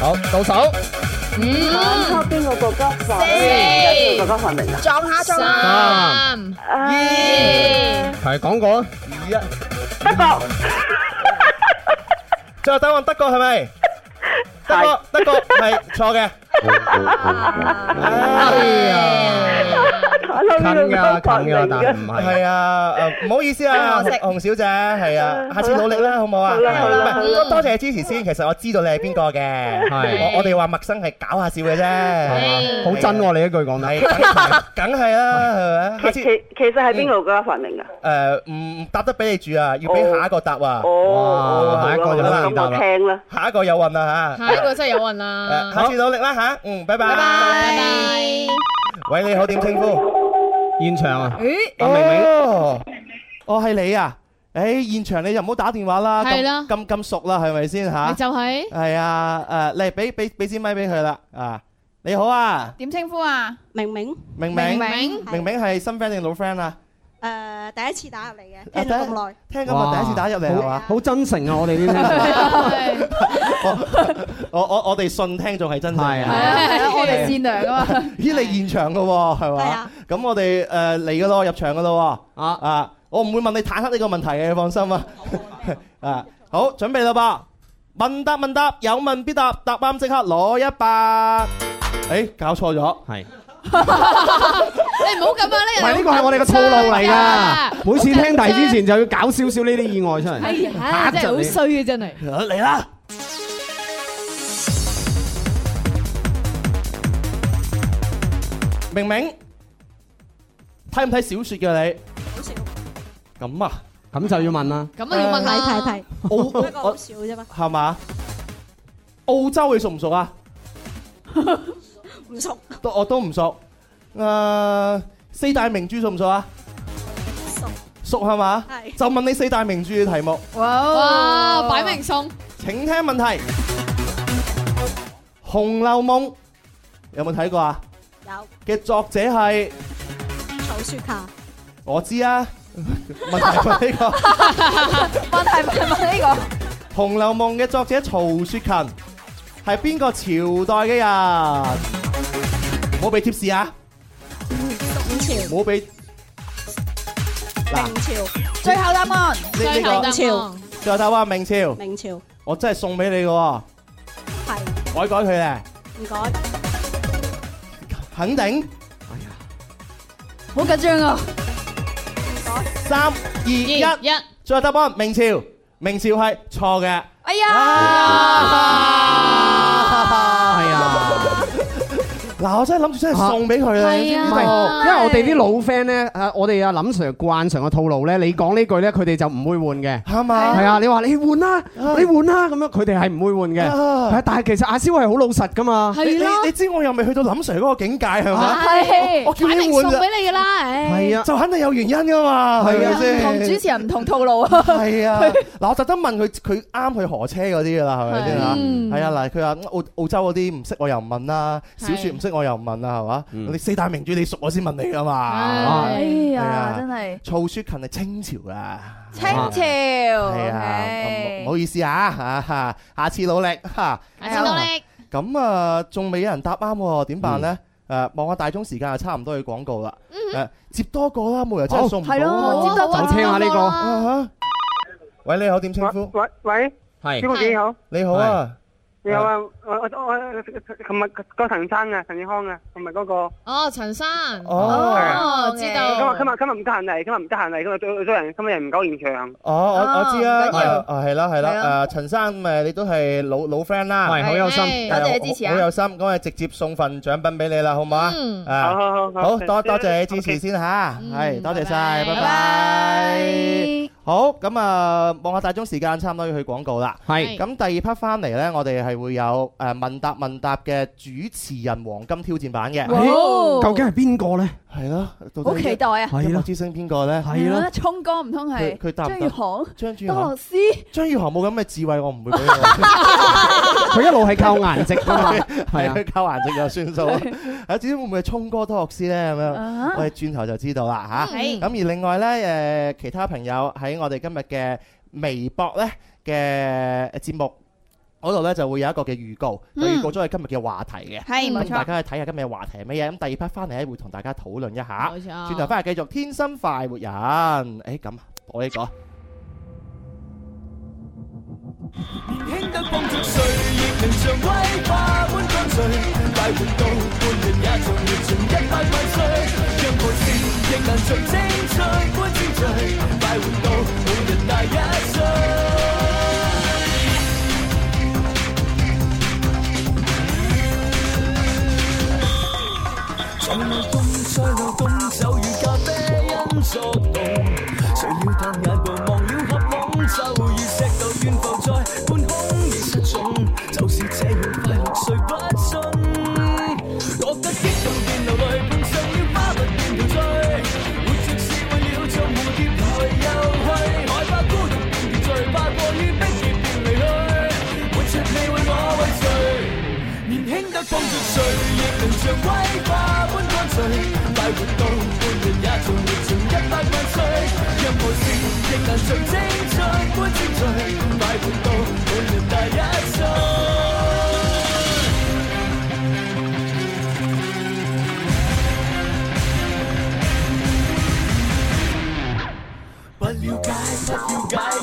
Speaker 8: 好，倒數。
Speaker 10: 坦克邊個國家發明嘅？邊個國家發明啊？
Speaker 7: 三、二、
Speaker 8: 三，提講過啊。
Speaker 10: 德國
Speaker 5: 最後答案德國係咪？德國德國係錯嘅。
Speaker 10: 坦克邊個國家發明
Speaker 8: 啊
Speaker 10: 嘅？
Speaker 8: 近㗎，近㗎，但唔係。
Speaker 5: 係 啊，誒唔好意思啊，紅小姐，係啊，下次努力啦，好唔好啊？
Speaker 10: 好啦好啦
Speaker 5: 唔係多多謝你支持先。其實我知道你係邊個嘅，
Speaker 8: 係
Speaker 5: 我我哋話陌生係搞下笑嘅
Speaker 10: 嗯
Speaker 5: 啫，
Speaker 8: 好真喎，你一句講得。
Speaker 5: 係梗梗係啦，係咪？下次
Speaker 10: 其其其實係邊個國家發明啊？
Speaker 5: 誒呃唔唔答得俾你住啊，要俾下一個答啊，
Speaker 10: 哦，
Speaker 8: 哇下一個就
Speaker 10: 好啦
Speaker 8: 好
Speaker 10: 好
Speaker 8: 易答
Speaker 10: 啦咁
Speaker 8: 啦
Speaker 10: 我聽啦。
Speaker 5: 下一個有運啊嚇。
Speaker 7: 下一個真係有運啦
Speaker 5: 誒，！下次努力啦吓，嗯，拜拜。拜拜。
Speaker 7: 拜拜。
Speaker 5: 喂，你好，點稱呼？
Speaker 8: 現場啊，
Speaker 5: 阿明明。哦，係你啊！誒，現場你就唔好打電話啦，
Speaker 7: 係啦
Speaker 5: 咁咁咁熟啦，係咪先
Speaker 7: 你
Speaker 5: 吓？
Speaker 7: 就係
Speaker 5: 係啊，誒，嚟俾俾俾支咪俾佢啦，啊，你好啊，
Speaker 6: 點稱呼啊？
Speaker 11: 明明
Speaker 5: 明明，
Speaker 6: 明
Speaker 7: 明
Speaker 5: 明明係新 friend 定老 friend 啊？
Speaker 11: 誒第一次打入嚟嘅，
Speaker 5: 啊
Speaker 11: 聽咗咁耐，
Speaker 5: 聽今日第一次打入嚟係嘛？
Speaker 8: 好真誠啊，我哋呢啲。
Speaker 5: 我我我哋信聽眾係真
Speaker 8: 係
Speaker 5: 係
Speaker 8: 啊
Speaker 5: 啊，
Speaker 6: 我哋善良啊嘛。
Speaker 5: 咦你現場噶喎係
Speaker 11: 係
Speaker 5: 嘛
Speaker 11: 啊？
Speaker 5: 咁我哋誒嚟噶咯，入場噶咯喎，
Speaker 8: 啊
Speaker 5: 啊，我唔會問你坦克呢個問題嘅，你放心啊。 啊，好，準備啦噃，問答問答，有問必答，答啱即刻攞一百。誒，搞錯咗。
Speaker 8: 係。
Speaker 7: 你唔好咁啊！呢
Speaker 8: 唔係呢個係我哋嘅套路嚟㗎，每次聽題之前就要搞少少呢啲意外出嚟。
Speaker 7: 哎呀，真係好衰嘅真係。
Speaker 5: 嚟啦！明明睇唔睇小說嘅
Speaker 11: 好少，
Speaker 5: 你？咁啊，
Speaker 8: 咁就要問啦。
Speaker 7: 咁啊要問
Speaker 11: 睇睇
Speaker 7: 下，
Speaker 11: 睇，
Speaker 5: 澳
Speaker 11: 不過好
Speaker 5: 我
Speaker 11: 少啫嘛，
Speaker 5: 係嘛？澳洲你熟唔熟啊？
Speaker 11: 唔熟
Speaker 5: 都我都唔熟。誒、四大名著熟唔熟啊？
Speaker 11: 熟
Speaker 5: 熟係嘛？
Speaker 11: 係
Speaker 5: 就問你四大名著嘅題目。
Speaker 7: 哇，擺明送
Speaker 5: 請聽問題，《紅樓夢》有冇睇過啊？
Speaker 11: 有
Speaker 5: 嘅作者係
Speaker 11: 曹雪芹，
Speaker 5: 我知 啊，問題問呢個《
Speaker 6: 問題問問呢
Speaker 5: 紅樓夢》嘅作者曹雪芹係邊個朝代嘅人？唔好俾貼士啊！
Speaker 11: 宋朝、
Speaker 5: 唔好俾嗱
Speaker 11: 明朝、
Speaker 6: 個，最後答案
Speaker 5: 呢
Speaker 7: 最後
Speaker 5: 呢
Speaker 7: 答
Speaker 11: 朝
Speaker 7: 案。
Speaker 5: 個最後答案明朝，
Speaker 11: 明朝
Speaker 5: 我真係送俾你嘅喎，
Speaker 11: 係
Speaker 5: 改改佢咧，
Speaker 11: 唔該，
Speaker 5: 肯定
Speaker 6: 好緊張啊！
Speaker 5: 三二一，
Speaker 7: 二一，
Speaker 5: 最後答案明朝，明朝係錯嘅。
Speaker 6: 哎呀，
Speaker 5: 係啊！嗱，我真係諗住真係送俾佢啦，你知唔
Speaker 8: 唔
Speaker 5: 知
Speaker 8: 係，因
Speaker 5: 道？
Speaker 8: 為我哋啲老 friend 咧，誒，我哋阿林 Sir 慣常嘅套路咧，你講呢句咧，佢哋就唔會換嘅。
Speaker 5: 係嘛？
Speaker 8: 係啊，你話你換啦，你換啦，咁樣佢哋係唔會換嘅。
Speaker 5: 啊
Speaker 8: 係啊，但係其實阿蕭係好老實噶嘛。
Speaker 5: 你
Speaker 7: 係
Speaker 5: 你
Speaker 7: 咯
Speaker 5: 你，知我又未去到林 Sir 嗰個境界係嘛？
Speaker 6: 係
Speaker 5: 哎我叫
Speaker 7: 擺
Speaker 5: 你
Speaker 7: 明
Speaker 5: 換
Speaker 7: 送
Speaker 5: 啦
Speaker 7: 俾你㗎啦，
Speaker 6: 哎
Speaker 7: 唉。
Speaker 8: 係啊，
Speaker 5: 就肯定有原因噶嘛，係咪
Speaker 6: 唔啊同主
Speaker 5: 先？
Speaker 6: 持人唔同套路啊！
Speaker 5: 係啊，嗱，我特登問佢，佢啱去河車嗰啲噶啦，係咪先啊？
Speaker 7: 嗯
Speaker 5: 係啊，嗱，佢話澳澳洲嗰啲唔識我又唔問啦，小説唔識我又唔問啦，係嘛？
Speaker 8: 嗯
Speaker 5: 你四大名著你熟我先問你噶嘛？
Speaker 8: 啊
Speaker 6: 哎
Speaker 7: 唉
Speaker 5: 係啊
Speaker 6: 呀，真係
Speaker 5: 曹雪芹係清朝啦。
Speaker 6: 清朝，
Speaker 5: 係
Speaker 6: 係
Speaker 5: 啊，唔唔好意思啊，嚇嚇，下次努力嚇。
Speaker 7: 下次努力。
Speaker 5: 咁啊，仲未有人答啱喎，點辦呢？誒，望下大鐘時間就差唔多去廣告啦。誒，接多個啦，冇人真係
Speaker 8: 好
Speaker 5: 送唔
Speaker 6: 係
Speaker 5: 到啊
Speaker 6: 咯，
Speaker 5: 嘛。
Speaker 6: 接得
Speaker 8: 就聽下呢個
Speaker 5: 啊哈喂，你好，點稱呼？
Speaker 9: 喂喂，
Speaker 8: 係
Speaker 9: 師傅你好，
Speaker 5: 你好啊，
Speaker 9: 你好啊！我我我琴日嗰陳生啊，陳志康啊，同埋嗰個，
Speaker 7: 哦，陳生。
Speaker 5: 哦，
Speaker 6: 嘅
Speaker 7: 哦，知
Speaker 9: 今日
Speaker 7: 道。
Speaker 9: 今日今日唔得閒嚟，今日唔得閒嚟，今日都都人今日人唔夠現場。
Speaker 5: 哦，我我知啊
Speaker 6: 唔，緊要
Speaker 5: 啊係啦係
Speaker 6: 係
Speaker 5: 啦，誒，
Speaker 6: 啊
Speaker 5: 陳生咪你都係老老 friend 啦，
Speaker 8: 係好有心
Speaker 7: 唉
Speaker 6: 多謝你
Speaker 5: 好
Speaker 6: 支持啊
Speaker 5: 好有心，咁啊直接送份獎品俾你啦，好唔好啊？
Speaker 7: 嗯
Speaker 9: 好
Speaker 5: 啊，
Speaker 9: 好好
Speaker 5: 好多多謝你支持
Speaker 9: OK
Speaker 5: 先吓，
Speaker 7: 嗯
Speaker 5: 係多謝
Speaker 7: 拜
Speaker 5: 晒，
Speaker 7: 拜
Speaker 5: 拜拜。好，咁啊，望下大鐘時間，差唔多要去廣告啦。
Speaker 8: 係
Speaker 5: 咁第二 part 翻嚟呢，我哋係會有诶問答問答嘅主持人黃金挑戰版嘅。
Speaker 8: 咦究竟係邊個咧？
Speaker 5: 係咯，到底
Speaker 6: 好期待啊！
Speaker 5: 音樂之星邊個呢？
Speaker 8: 係咯，
Speaker 6: 嗯聰哥唔通係
Speaker 5: 啊佢佢答唔答
Speaker 6: 張宇航、
Speaker 5: 張宇
Speaker 6: 多
Speaker 5: 航
Speaker 6: 羅斯？
Speaker 5: 張宇航冇咁嘅智慧，我唔會俾佢。
Speaker 8: 佢一路係靠顏值㗎嘛，係
Speaker 5: 係
Speaker 8: 啊，
Speaker 5: 佢靠顏值就算啊數啦。係至於會唔會係聰哥多學師咧咁
Speaker 6: 啊
Speaker 5: 樣？我哋轉頭就知道啦嚇。
Speaker 6: 嗯
Speaker 5: 咁而另外咧誒，其他朋友喺我哋今日嘅微博咧嘅節呃目。嗰度咧就會有一個嘅預告，就預告咗係今日嘅話題嘅，
Speaker 6: 係嗯冇錯
Speaker 5: 咁大家去睇下今日嘅話題係乜嘢。咁第二 part 翻嚟咧會同大家討論一下，
Speaker 7: 冇錯
Speaker 5: 轉頭翻嚟繼續天生快活人。誒咁，我呢個。
Speaker 1: 轻得放着睡，亦能像威化般乾脆。快活到半年也像活盡一百萬歲，讓無事亦能像青春般專注。快活到每日大一歲。從路東西路東走，與咖啡因作動。誰料探眼部望了合網，就如石頭懸浮在半空已失蹤。就是這樣快樂，誰不信？覺得激動變流淚，碰上了花蜜變陶醉。活着是為了像蝴蝶來又去，害怕孤獨變別醉，怕過於逼劫便離去。活着你為我為誰？年輕得放着睡，亦能像威化般乾脆。快活到半年也像活盡一百萬歲，任何事亦能像青春般精粹。快活到每年大一歲。不了解，不了解，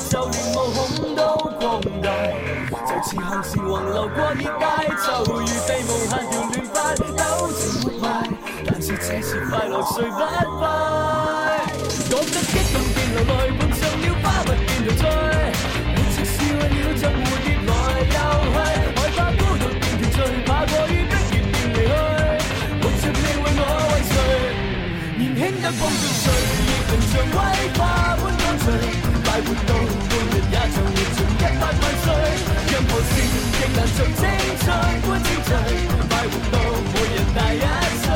Speaker 1: 就連毛孔都擴大，就似向前橫流過熱帶，就如地無限條亂髮糾纏活埋。但是這是快樂，誰不快？覺得激動變流淚，碰上了花蜜變陶醉，活着是為了像蝴蝶來又去，害怕孤獨變團聚，怕過於逼越變離去，活着你為我為誰？年輕得放縱誰，亦能像威化般乾脆。快活到半日也像活盡一百萬歲，任何事亦能像青春般精粹。快活到每日大一歲。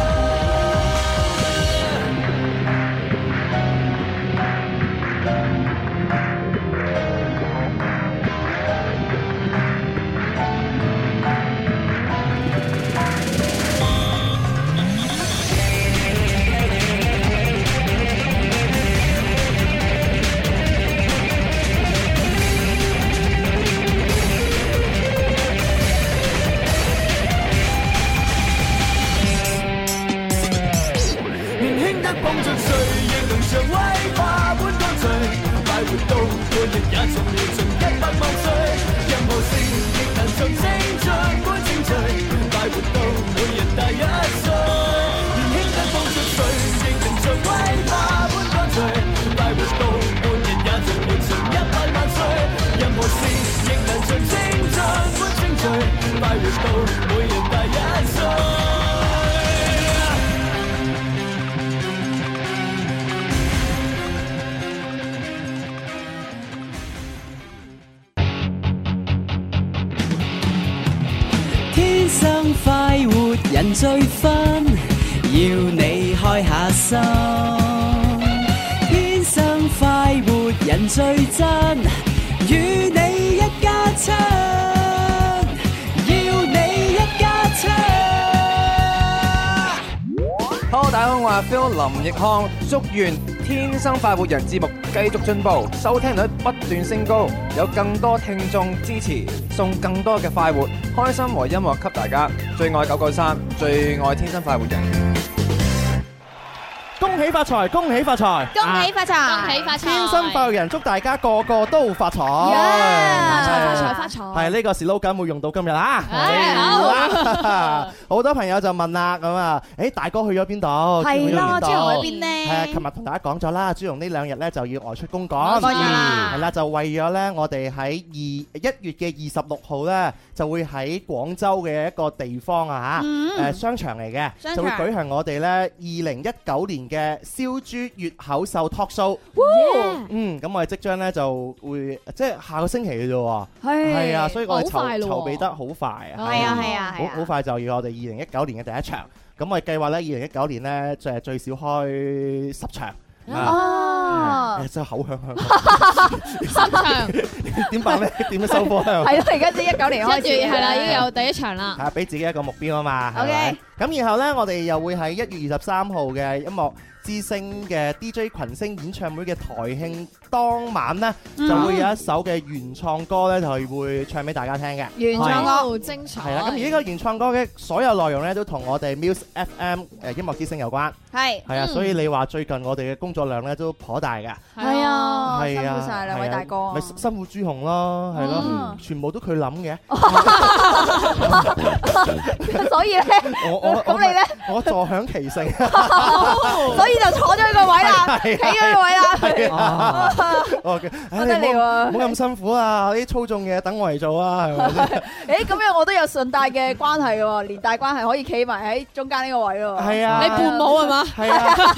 Speaker 1: 年輕得碰着誰，亦能像威化般乾脆。快活到每日也像了盡一百萬歲，任何事亦能像青春般精粹。快活到每日大一歲，年輕得碰着誰，亦能像威化般乾脆。快活到每日也像了盡一百萬歲，任何事亦能像青春般精粹。快活到每日大一歲。天生快活人最 fun，要你開下心。天生快活人最真，與你一家親，要你一家親。
Speaker 12: Hello，大家好，我係 Phil 林奕康，祝願《天生快活人》節目繼續進步，收聽率不斷升高，有更多聽眾支持，送更多嘅快活、開心和音樂給大家。最愛九九三，最愛《天生快活人》。
Speaker 5: 恭喜發財，恭喜發財，
Speaker 13: 恭喜發財，
Speaker 7: 恭喜發財
Speaker 5: 天生快活人，祝大家個個都發財，
Speaker 7: 發財發財發財
Speaker 5: 係呢個 slogan 會用到今日啦。
Speaker 6: 好
Speaker 5: 好多朋友就問啦，咁啊，誒大哥去咗邊度？
Speaker 6: 係啦
Speaker 5: 朱紅去
Speaker 6: 朱紅
Speaker 5: 咗邊度
Speaker 6: 去邊呢
Speaker 5: 係啊，琴日同大家講咗啦，朱紅呢兩日咧就要外出公
Speaker 6: 冇
Speaker 5: 幹，
Speaker 6: 錯啦
Speaker 5: 係啦，就為咗咧我哋喺二一月嘅二十六號咧就會喺廣州嘅一個地方啊嚇，
Speaker 6: 嗯
Speaker 5: 誒商場嚟嘅，
Speaker 6: 商場
Speaker 5: 就會舉行我哋咧二零一九年嘅誒燒豬月口秀 talk show。
Speaker 7: Yeah
Speaker 5: 嗯，咁我哋即將咧就會即係下個星期嘅啫喎。
Speaker 7: 係
Speaker 5: 係啊，所以我哋
Speaker 7: 好快
Speaker 5: 籌
Speaker 7: 咯喎
Speaker 5: 籌備得好快。
Speaker 7: 係啊係啊係
Speaker 5: 好
Speaker 7: 啊
Speaker 5: 好快就要我哋二零一九年嘅第一場。咁我哋計劃咧，二零一九年咧就係最少開十場。
Speaker 1: À.
Speaker 6: 哦
Speaker 5: 嗯真係口香香。
Speaker 7: 三場
Speaker 5: 點辦咧？點樣收科香？
Speaker 6: 係咯，而家即係一九年開始
Speaker 7: 一月係啦，已經有第一場啦。
Speaker 5: 係啊，俾自己一個目標啊嘛。係
Speaker 7: OK
Speaker 5: 咪咁然後呢，我哋又會喺一月二十三號嘅音樂之星嘅 DJ 群星演唱會嘅台慶當晚呢，
Speaker 7: 嗯
Speaker 5: 就會有一首嘅原創歌呢，就係會唱俾大家聽嘅。
Speaker 7: 原唱歌
Speaker 5: 係
Speaker 7: 好精彩。
Speaker 5: 係啦，咁而呢個原創歌嘅所有內容呢，都同我哋 Muse FM 誒音樂之星有關。
Speaker 6: 係嗯
Speaker 5: 係啊，所以你話最近我哋嘅工作量呢，都頗大嘅。
Speaker 6: 係啊，
Speaker 5: 係
Speaker 6: 辛
Speaker 5: 啊
Speaker 6: 苦晒兩位
Speaker 5: 係啊
Speaker 6: 大哥
Speaker 5: 咪。辛苦朱紅咯，係咯
Speaker 6: 嗯，
Speaker 5: 全部都佢諗 嘅。
Speaker 6: 所以咧，
Speaker 5: 我我
Speaker 6: 咁你咧，
Speaker 5: 我坐享其 成。
Speaker 6: 所以就坐咗喺個位啦，企
Speaker 5: 係啊
Speaker 6: 咗個位
Speaker 5: 係
Speaker 6: 啦
Speaker 5: 啊。哦，嘅唉
Speaker 6: 不得了啊
Speaker 5: 唔好唔好咁辛苦啊！啲粗重嘢等我嚟做啊，係咪先？
Speaker 6: 誒，咁樣我都有順帶嘅關係喎，連帶關係可以企埋喺中間呢個位喎。
Speaker 5: 係啊你伴舞係嘛
Speaker 6: 係
Speaker 5: 係啊。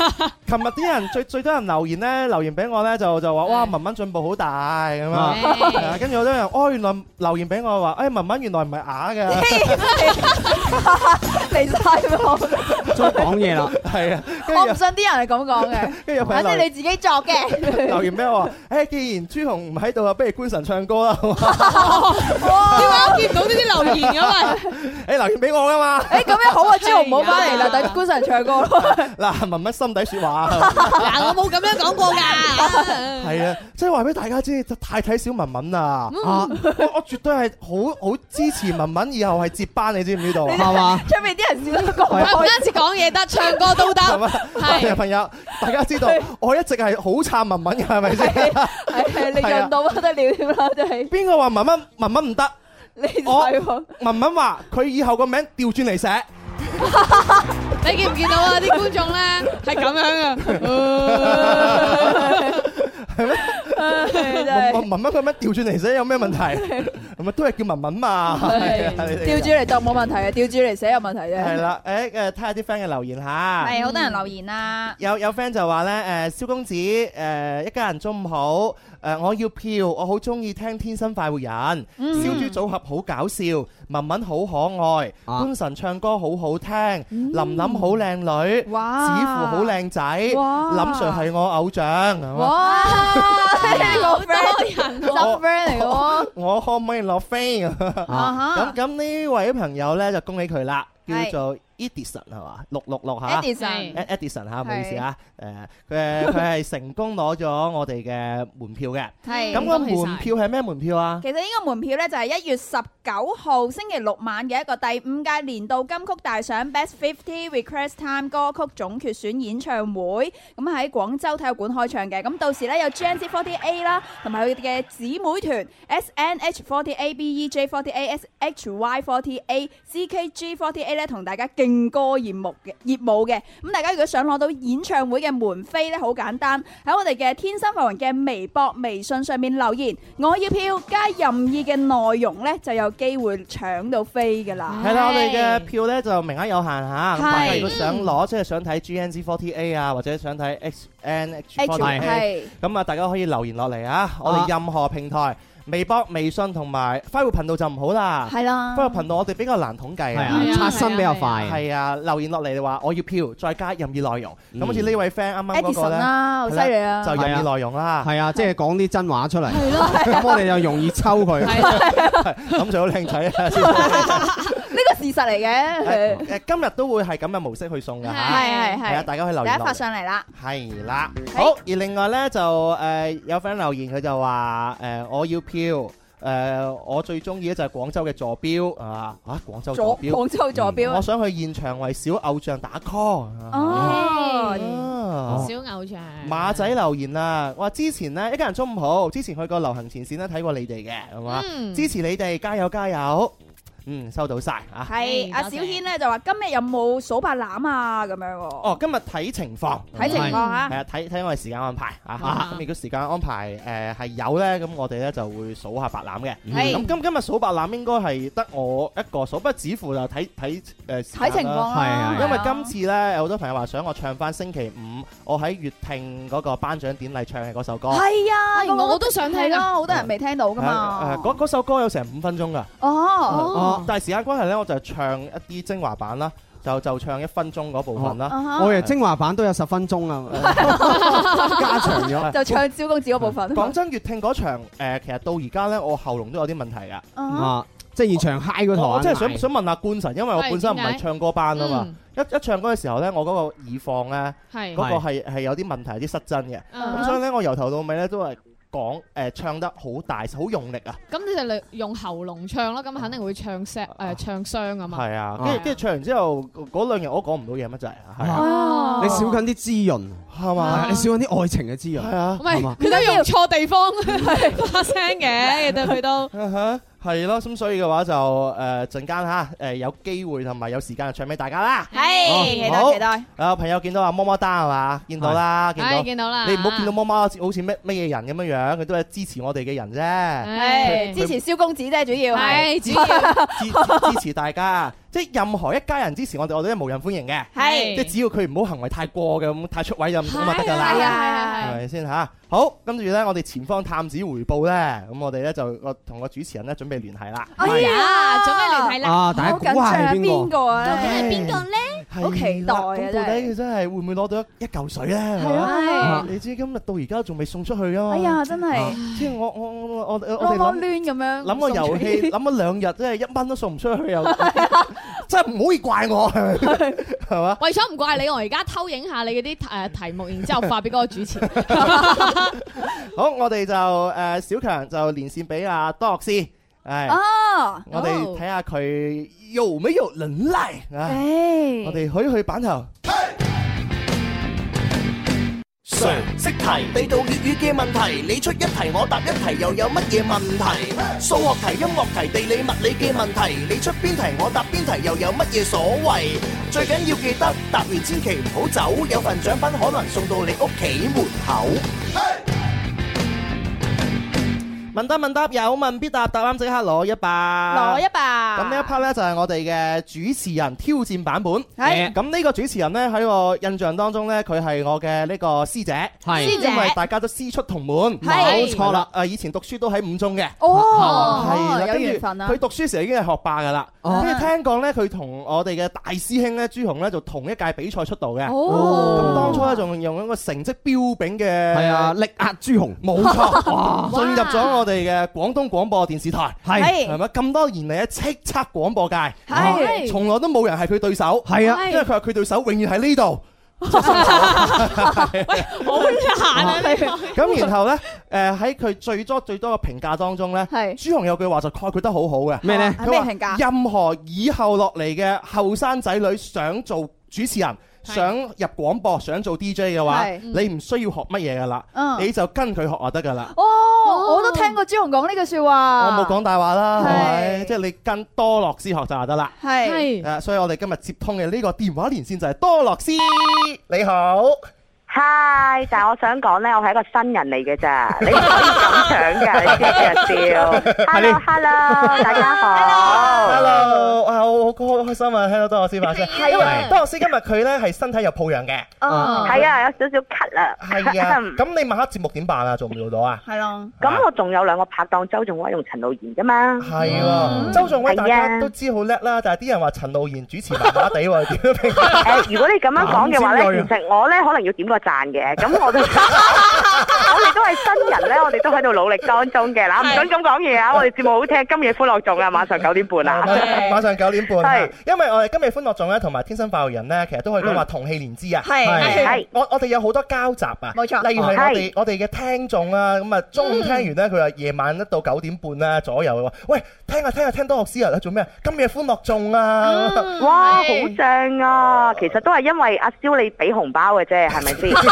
Speaker 5: 琴日啲人 最最多人留言咧，留言俾我咧就就話哇文文進步好大咁啊，
Speaker 6: 係
Speaker 5: 係啊 跟住好多人哦原來留言俾我話，誒文文原來唔係啞 嘅，
Speaker 6: 嚟晒喎！
Speaker 5: 再講嘢啦， 係啊，跟住
Speaker 6: 我唔信啲人係咁講嘅，
Speaker 5: 跟住有朋
Speaker 6: 反
Speaker 5: 友
Speaker 6: 正
Speaker 5: 留
Speaker 6: 你自己作 嘅。
Speaker 5: 留言俾我話，誒既然朱紅唔喺度啊，不如官神唱歌啦，好嘛
Speaker 6: 哇
Speaker 7: 點解我見唔到呢啲留 言嘅喂？
Speaker 5: 誒留言俾我噶嘛，
Speaker 6: 誒咁樣好啊，朱紅唔 好翻嚟啦，等官神唱歌咯。
Speaker 5: 嗱文文心底説話啊。
Speaker 7: 嗱，我冇咁樣講 過㗎。
Speaker 5: 係啊，即係話俾大家知，太睇小文文啦！
Speaker 6: 嗯
Speaker 5: 啊我我絕對係好好支持文文以後係接班，你知唔知道啊？
Speaker 6: 係嘛出面啲人笑得咁
Speaker 5: 係啊
Speaker 7: 唔單止講嘢得，唱歌 都得。
Speaker 5: 係嘛 係啊，
Speaker 7: 係
Speaker 5: 朋友，大家知道我一直係好撐文文嘅，係咪先？
Speaker 6: 係你潤到不得了添啦，真係。
Speaker 5: 邊個話文文文文唔得？
Speaker 6: 你
Speaker 5: 我文文話佢以後個名調轉嚟 寫。
Speaker 7: 你見唔見到啊？啲觀眾咧係咁樣
Speaker 5: 文
Speaker 6: 真係
Speaker 5: 文文個名調轉嚟寫有咩問題？咁啊，都係叫文文嘛。係啊你哋
Speaker 6: 調轉嚟讀冇問題嘅，調轉嚟寫有問題啫。
Speaker 5: 係，啦，啊誒誒，睇下啲 friend 嘅留言嚇。
Speaker 6: 係好多人留言啊啦。
Speaker 5: 有有 friend 就話咧，誒、蕭公子，誒、一家人中午好，誒、我要票，我好中意聽《天生快活人》
Speaker 2: 嗯
Speaker 5: 燒豬組合好搞笑，文文好可愛，官神唱歌好好聽，琳琳好靚女，子
Speaker 6: 嗯哇
Speaker 5: 父好靚仔，林
Speaker 6: 哇
Speaker 5: Sir 係我偶像，咁啊
Speaker 6: 哇！好多人，真 friend 嚟嘅喎。
Speaker 5: 我可唔可以落飛？咁
Speaker 6: 啊哈
Speaker 5: 咁呢位朋友咧就恭喜佢啦，叫
Speaker 6: 係
Speaker 5: 做 Edison 係嘛？六六六嚇
Speaker 6: Edison
Speaker 5: Ed- Edison 嚇，唔好意思啊，誒佢佢係成功攞咗我哋嘅門票嘅。
Speaker 6: 係
Speaker 5: 咁個門票係咩門票啊
Speaker 6: 其？實呢個門票呢，就係一月十九號星期六晚嘅一個第五屆年度金曲大獎 Best Fifty Request Time 歌曲總決選演唱會，咁喺廣州體育館開唱嘅。咁到時呢，有 GNZ48 啦，同埋佢哋嘅姊妹團 SNH48、BEJ48、SHY48、CKG48 呢，同大家勁歌熱舞嘅熱舞嘅。咁大家如果想攞到演唱會嘅門飛呢，好簡單，喺我哋嘅天生發雲嘅微博、微信上面留言，我要票加任意嘅內容呢，就有機會搶到飛噶啦。
Speaker 5: 係啦，我哋嘅票咧就名額有限嚇，咁
Speaker 6: 係
Speaker 5: 大家如果想攞，即係想睇 GNZ48 啊，或者想睇
Speaker 6: H，係
Speaker 5: XNH48，咁啊，大家可以留言落嚟啊！我
Speaker 6: 啊
Speaker 5: 哋任何平台，微博、微信同埋快活頻道就唔好啦，
Speaker 6: 係啦
Speaker 5: 快活頻道我哋比較難統計
Speaker 8: 係啊
Speaker 5: 啊
Speaker 8: 係，啊刷新比較快係啊
Speaker 5: 係啊，留言落嚟話我要票，再加任意內容。咁好似呢位 friend 啱啱嗰個
Speaker 6: Edison
Speaker 5: 咧，
Speaker 6: 啦好犀利啊
Speaker 5: 就任意內容啦。
Speaker 8: 係啊，即係講啲真話出嚟，
Speaker 6: 係咯係啊
Speaker 8: 咁我哋就容易抽佢，
Speaker 5: 諗住好靚仔啊！先
Speaker 6: 呢個事實嚟嘅，
Speaker 5: 誒誒今日都會係咁嘅模式去送嘅嚇，
Speaker 6: 係係係
Speaker 5: 係啊，大家可以留言
Speaker 6: 大家
Speaker 5: 落
Speaker 6: 發
Speaker 5: 嚟。
Speaker 6: 上嚟啦。
Speaker 5: 係啦，好。而另外呢，就誒、呃有 friend 留言，佢就話誒、呃我要票，誒、我最中意嘅就係廣州嘅座標啊啊廣州
Speaker 6: 左
Speaker 5: 座標，
Speaker 6: 廣州座標
Speaker 5: 嗯我想去現場為小偶像打 call 啊。
Speaker 7: 哦，小偶像。
Speaker 5: 馬仔留言啦，話之前呢，一家人中午好，之前去過流行前線呢，睇過你哋嘅，係嘛？
Speaker 6: 嗯
Speaker 5: 支持你哋，加油加油！嗯，收到晒啊。
Speaker 6: 係阿小軒呢，就話今日有冇數白欖啊咁樣喎。
Speaker 5: 哦，今日睇情況，
Speaker 6: 睇情況嚇
Speaker 5: 係啊，睇睇我哋時間安排啊
Speaker 6: 啊。
Speaker 5: 咁如果時間安排誒係有咧，咁我哋咧就會數下白欖嘅。
Speaker 6: 嗯
Speaker 5: 嗯
Speaker 6: 係
Speaker 5: 咁今今日數白欖應該係得我一個數，不過指乎就睇睇誒時間啦
Speaker 6: 睇情況啦係係啊
Speaker 5: 因為今次咧有好多朋友話想我唱翻星期五我喺粵聽嗰個頒獎典禮唱嘅嗰首歌。
Speaker 6: 係啊，
Speaker 7: 係我都想聽啊
Speaker 6: 係啦，好多人未聽到噶嘛。
Speaker 5: 啊誒誒嗰嗰首歌有成五分鐘㗎。
Speaker 6: 哦，
Speaker 5: 但係時間關係咧，我就唱一啲精華版啦，就就唱一分鐘嗰部分
Speaker 6: 哦啊
Speaker 5: 啦。
Speaker 8: 我嘅精華版都有十分鐘啊，
Speaker 5: 哦
Speaker 8: 加長咗。
Speaker 6: 就唱招公子嗰部分。
Speaker 5: 講真，粵聽嗰場誒，其實到而家咧，我喉嚨都有啲問題㗎。
Speaker 8: 啊，即係現場 high 嗰台。啊
Speaker 5: 我真係想想問下官神，因為我本身
Speaker 8: 係
Speaker 5: 唔
Speaker 8: 點
Speaker 5: 係
Speaker 8: 解嗯
Speaker 5: 唱歌班啊嘛，一一唱歌嘅時候咧，我嗰個耳放咧，
Speaker 8: 係啊
Speaker 5: 嗰個係係有啲問題，有啲失真嘅，
Speaker 7: 嗯
Speaker 5: 咁所以咧，我由頭到尾咧都係講誒唱得好大，好用力啊，
Speaker 7: 咁你就嚟用喉嚨唱咯，咁肯定會唱聲誒唱傷啊嘛。
Speaker 5: 係啊，跟住跟住唱完之後，嗰兩日我都講唔到嘢乜滯啊，係
Speaker 7: 哦
Speaker 5: 啊，
Speaker 8: 你少緊啲滋潤，
Speaker 5: 係嘛？
Speaker 8: 你少緊啲愛情嘅滋潤，
Speaker 5: 係啊
Speaker 7: 唔係
Speaker 8: 係嘛
Speaker 7: 佢都用錯地方 發聲嘅，對佢都。
Speaker 5: 係咯，咁所以嘅話就誒陣間嚇誒有機會同埋有時間就唱俾大家啦。
Speaker 6: 係
Speaker 5: 哦
Speaker 6: 期待
Speaker 5: 好
Speaker 6: 期待
Speaker 5: 啊，朋友見到阿麼麼丹係嘛？見到啦，
Speaker 6: 係
Speaker 5: 見到，
Speaker 6: 係見到啦
Speaker 5: 你唔好見到麼麼好似咩乜嘢人咁樣樣，佢都係支持我哋嘅人啫。
Speaker 6: 係
Speaker 5: 佢
Speaker 6: 支持。蕭公子哎啫，主要
Speaker 7: 係主要
Speaker 5: 佢支支持大家，即係任何一家人支持我哋，我哋都係無人歡迎嘅。
Speaker 6: 係
Speaker 5: 即係只要佢唔好行為太過嘅咁，太出位就咁咁就得㗎啦。
Speaker 6: 係啊係
Speaker 5: 係咪先吓？好，跟住咧，我哋前方探子回報咧，咁我哋咧就個同個主持人咧準備聯繫啦。
Speaker 6: 哎呀，準備聯繫啦，
Speaker 5: 啊大家
Speaker 6: 好緊
Speaker 5: 估下係邊
Speaker 6: 張
Speaker 5: 個
Speaker 6: 邊個啊？
Speaker 5: 究竟係
Speaker 6: 咧
Speaker 5: 邊個
Speaker 6: 咧？好期待
Speaker 5: 咁
Speaker 6: 啊！
Speaker 5: 到
Speaker 6: 真
Speaker 5: 底
Speaker 6: 係。
Speaker 5: 佢真係會唔會攞到一一嚿水咧？係
Speaker 6: 係啊
Speaker 5: 啊你知今日到而家仲未送出去啊嘛！
Speaker 6: 哎呀，真係
Speaker 5: 啊即係我我我我我
Speaker 6: 啷
Speaker 5: 哋諗
Speaker 6: 啷攣咁樣
Speaker 5: 諗個遊戲，諗咗兩日，真係一蚊都送唔出 去又，真係唔可以怪我係咪係嘛？
Speaker 7: 為咗唔怪你，我而家偷影下你嗰啲誒題目，然之後發俾嗰 個主持。
Speaker 5: 好，我哋就誒小強就連線俾阿多樂師，係
Speaker 6: 哦
Speaker 5: 我哋睇下佢有沒有能耐啊！我哋許去版頭。
Speaker 4: 常識題，地道粵語嘅問題，你出一題我答一題，又有乜嘢問題？數學題、音樂題、地理物理嘅問題，你出邊題我答邊題，又有乜嘢所謂？最緊要記得答完千祈唔好走，有份獎品可能送到你屋企門口。
Speaker 5: 問答問答有問必答，答啱即刻攞一百，
Speaker 6: 攞
Speaker 5: 攞
Speaker 6: 一百。
Speaker 5: 咁呢一 part 咧就係我哋嘅主持人挑戰版本。嗯
Speaker 6: 係
Speaker 5: 咁呢個主持人咧喺我印象當中咧，佢係我嘅呢個師姐。
Speaker 6: 係師姐
Speaker 5: 因為大家都師出同門，
Speaker 6: 係
Speaker 5: 冇錯啦。誒，以前讀書都喺五中嘅。
Speaker 6: 哦
Speaker 5: 係啦，
Speaker 6: 有
Speaker 5: 跟住
Speaker 6: 緣分啊
Speaker 5: 佢讀書時候已經係學霸噶啦。
Speaker 8: 哦
Speaker 5: 跟住聽講咧，佢同我哋嘅大師兄咧朱紅咧就同一屆比賽出道嘅。
Speaker 8: 哦
Speaker 5: 咁當初咧仲用一個成績標炳嘅
Speaker 8: 係啊，力壓朱紅，
Speaker 5: 冇
Speaker 8: 哇
Speaker 5: 錯，進入咗我哋嘅廣東廣播電視台，
Speaker 8: 係係
Speaker 5: 係咪咁多年嚟嘅叱咤廣播界，
Speaker 8: 係
Speaker 5: 啊從來都冇人係佢對手，
Speaker 8: 係啊
Speaker 5: 因為佢話佢對手永遠喺呢度。
Speaker 7: 好難啊！
Speaker 5: 咁然後呢，誒喺佢最多最多嘅評價當中呢，朱紅有句話就概括得好好嘅，
Speaker 8: 咩呢
Speaker 5: 佢話
Speaker 6: 咩評價
Speaker 5: 任何以後落嚟嘅後生仔女想做主持人。想入廣播，想做 DJ 嘅話，
Speaker 6: 係
Speaker 5: 你唔需要學乜嘢噶啦，
Speaker 6: 嗯
Speaker 5: 你就跟佢學就得噶啦。
Speaker 6: 哦，我都聽過朱紅講呢句説話。
Speaker 5: 我冇講大話啦，係咪？即係你跟多樂斯學習就得啦。
Speaker 6: 係係
Speaker 5: 誒，所以我哋今日接通嘅呢個電話連線就係多樂斯，你好。
Speaker 13: 嗨，但係我想講咧，我 係一個 新人嚟嘅咋，你唔可以咁搶㗎，你知唔知啊？笑，hello，hello，大家好
Speaker 5: Hello，啊，我好開開心啊，聽到多樂斯把聲，因為多樂斯今日佢咧係身體有抱恙嘅，
Speaker 13: 哦，係啊，有少少咳啦，
Speaker 5: 係啊，咁你晚黑節目點辦啊？做唔做到啊？
Speaker 13: 係咯，咁我仲有兩個拍檔，周仲威同陳露賢啫嘛，
Speaker 5: 係
Speaker 13: 嗯
Speaker 5: 喎，周仲威大
Speaker 13: 係
Speaker 5: 家
Speaker 13: 啊
Speaker 5: 都知好叻啦，但係啲人話陳露賢主持麻麻地喎，點樣評價？
Speaker 13: 誒，如果你咁樣 講嘅話
Speaker 5: 咁尖鋭
Speaker 13: 咧，
Speaker 5: 啊
Speaker 13: 其實我咧可能要點個讚嘅，咁我都 我哋都係新人咧，我哋都喺度努力當中嘅啦，唔准咁講嘢啊！我哋節目好聽，今夜歡樂頌啊，晚上九點半啊，
Speaker 5: 晚上九點半啊
Speaker 13: 係，
Speaker 5: 因為我哋今日歡樂眾咧，同埋天生快活人咧，其實都可以講話同氣連枝啊。
Speaker 13: 係係係
Speaker 5: 我我哋有好多交集啊。
Speaker 13: 冇錯
Speaker 5: 例如係我哋
Speaker 13: 係嗯
Speaker 5: 我哋嘅聽眾啊，咁啊中午聽完咧，佢話夜晚一到九點半啦左右，佢話喂聽下聽下聽多樂師啊，做咩啊？今夜歡樂眾啊！
Speaker 13: 嗯哇，好正啊！其實都係因為阿蕭你俾紅包嘅啫，係咪先？唔係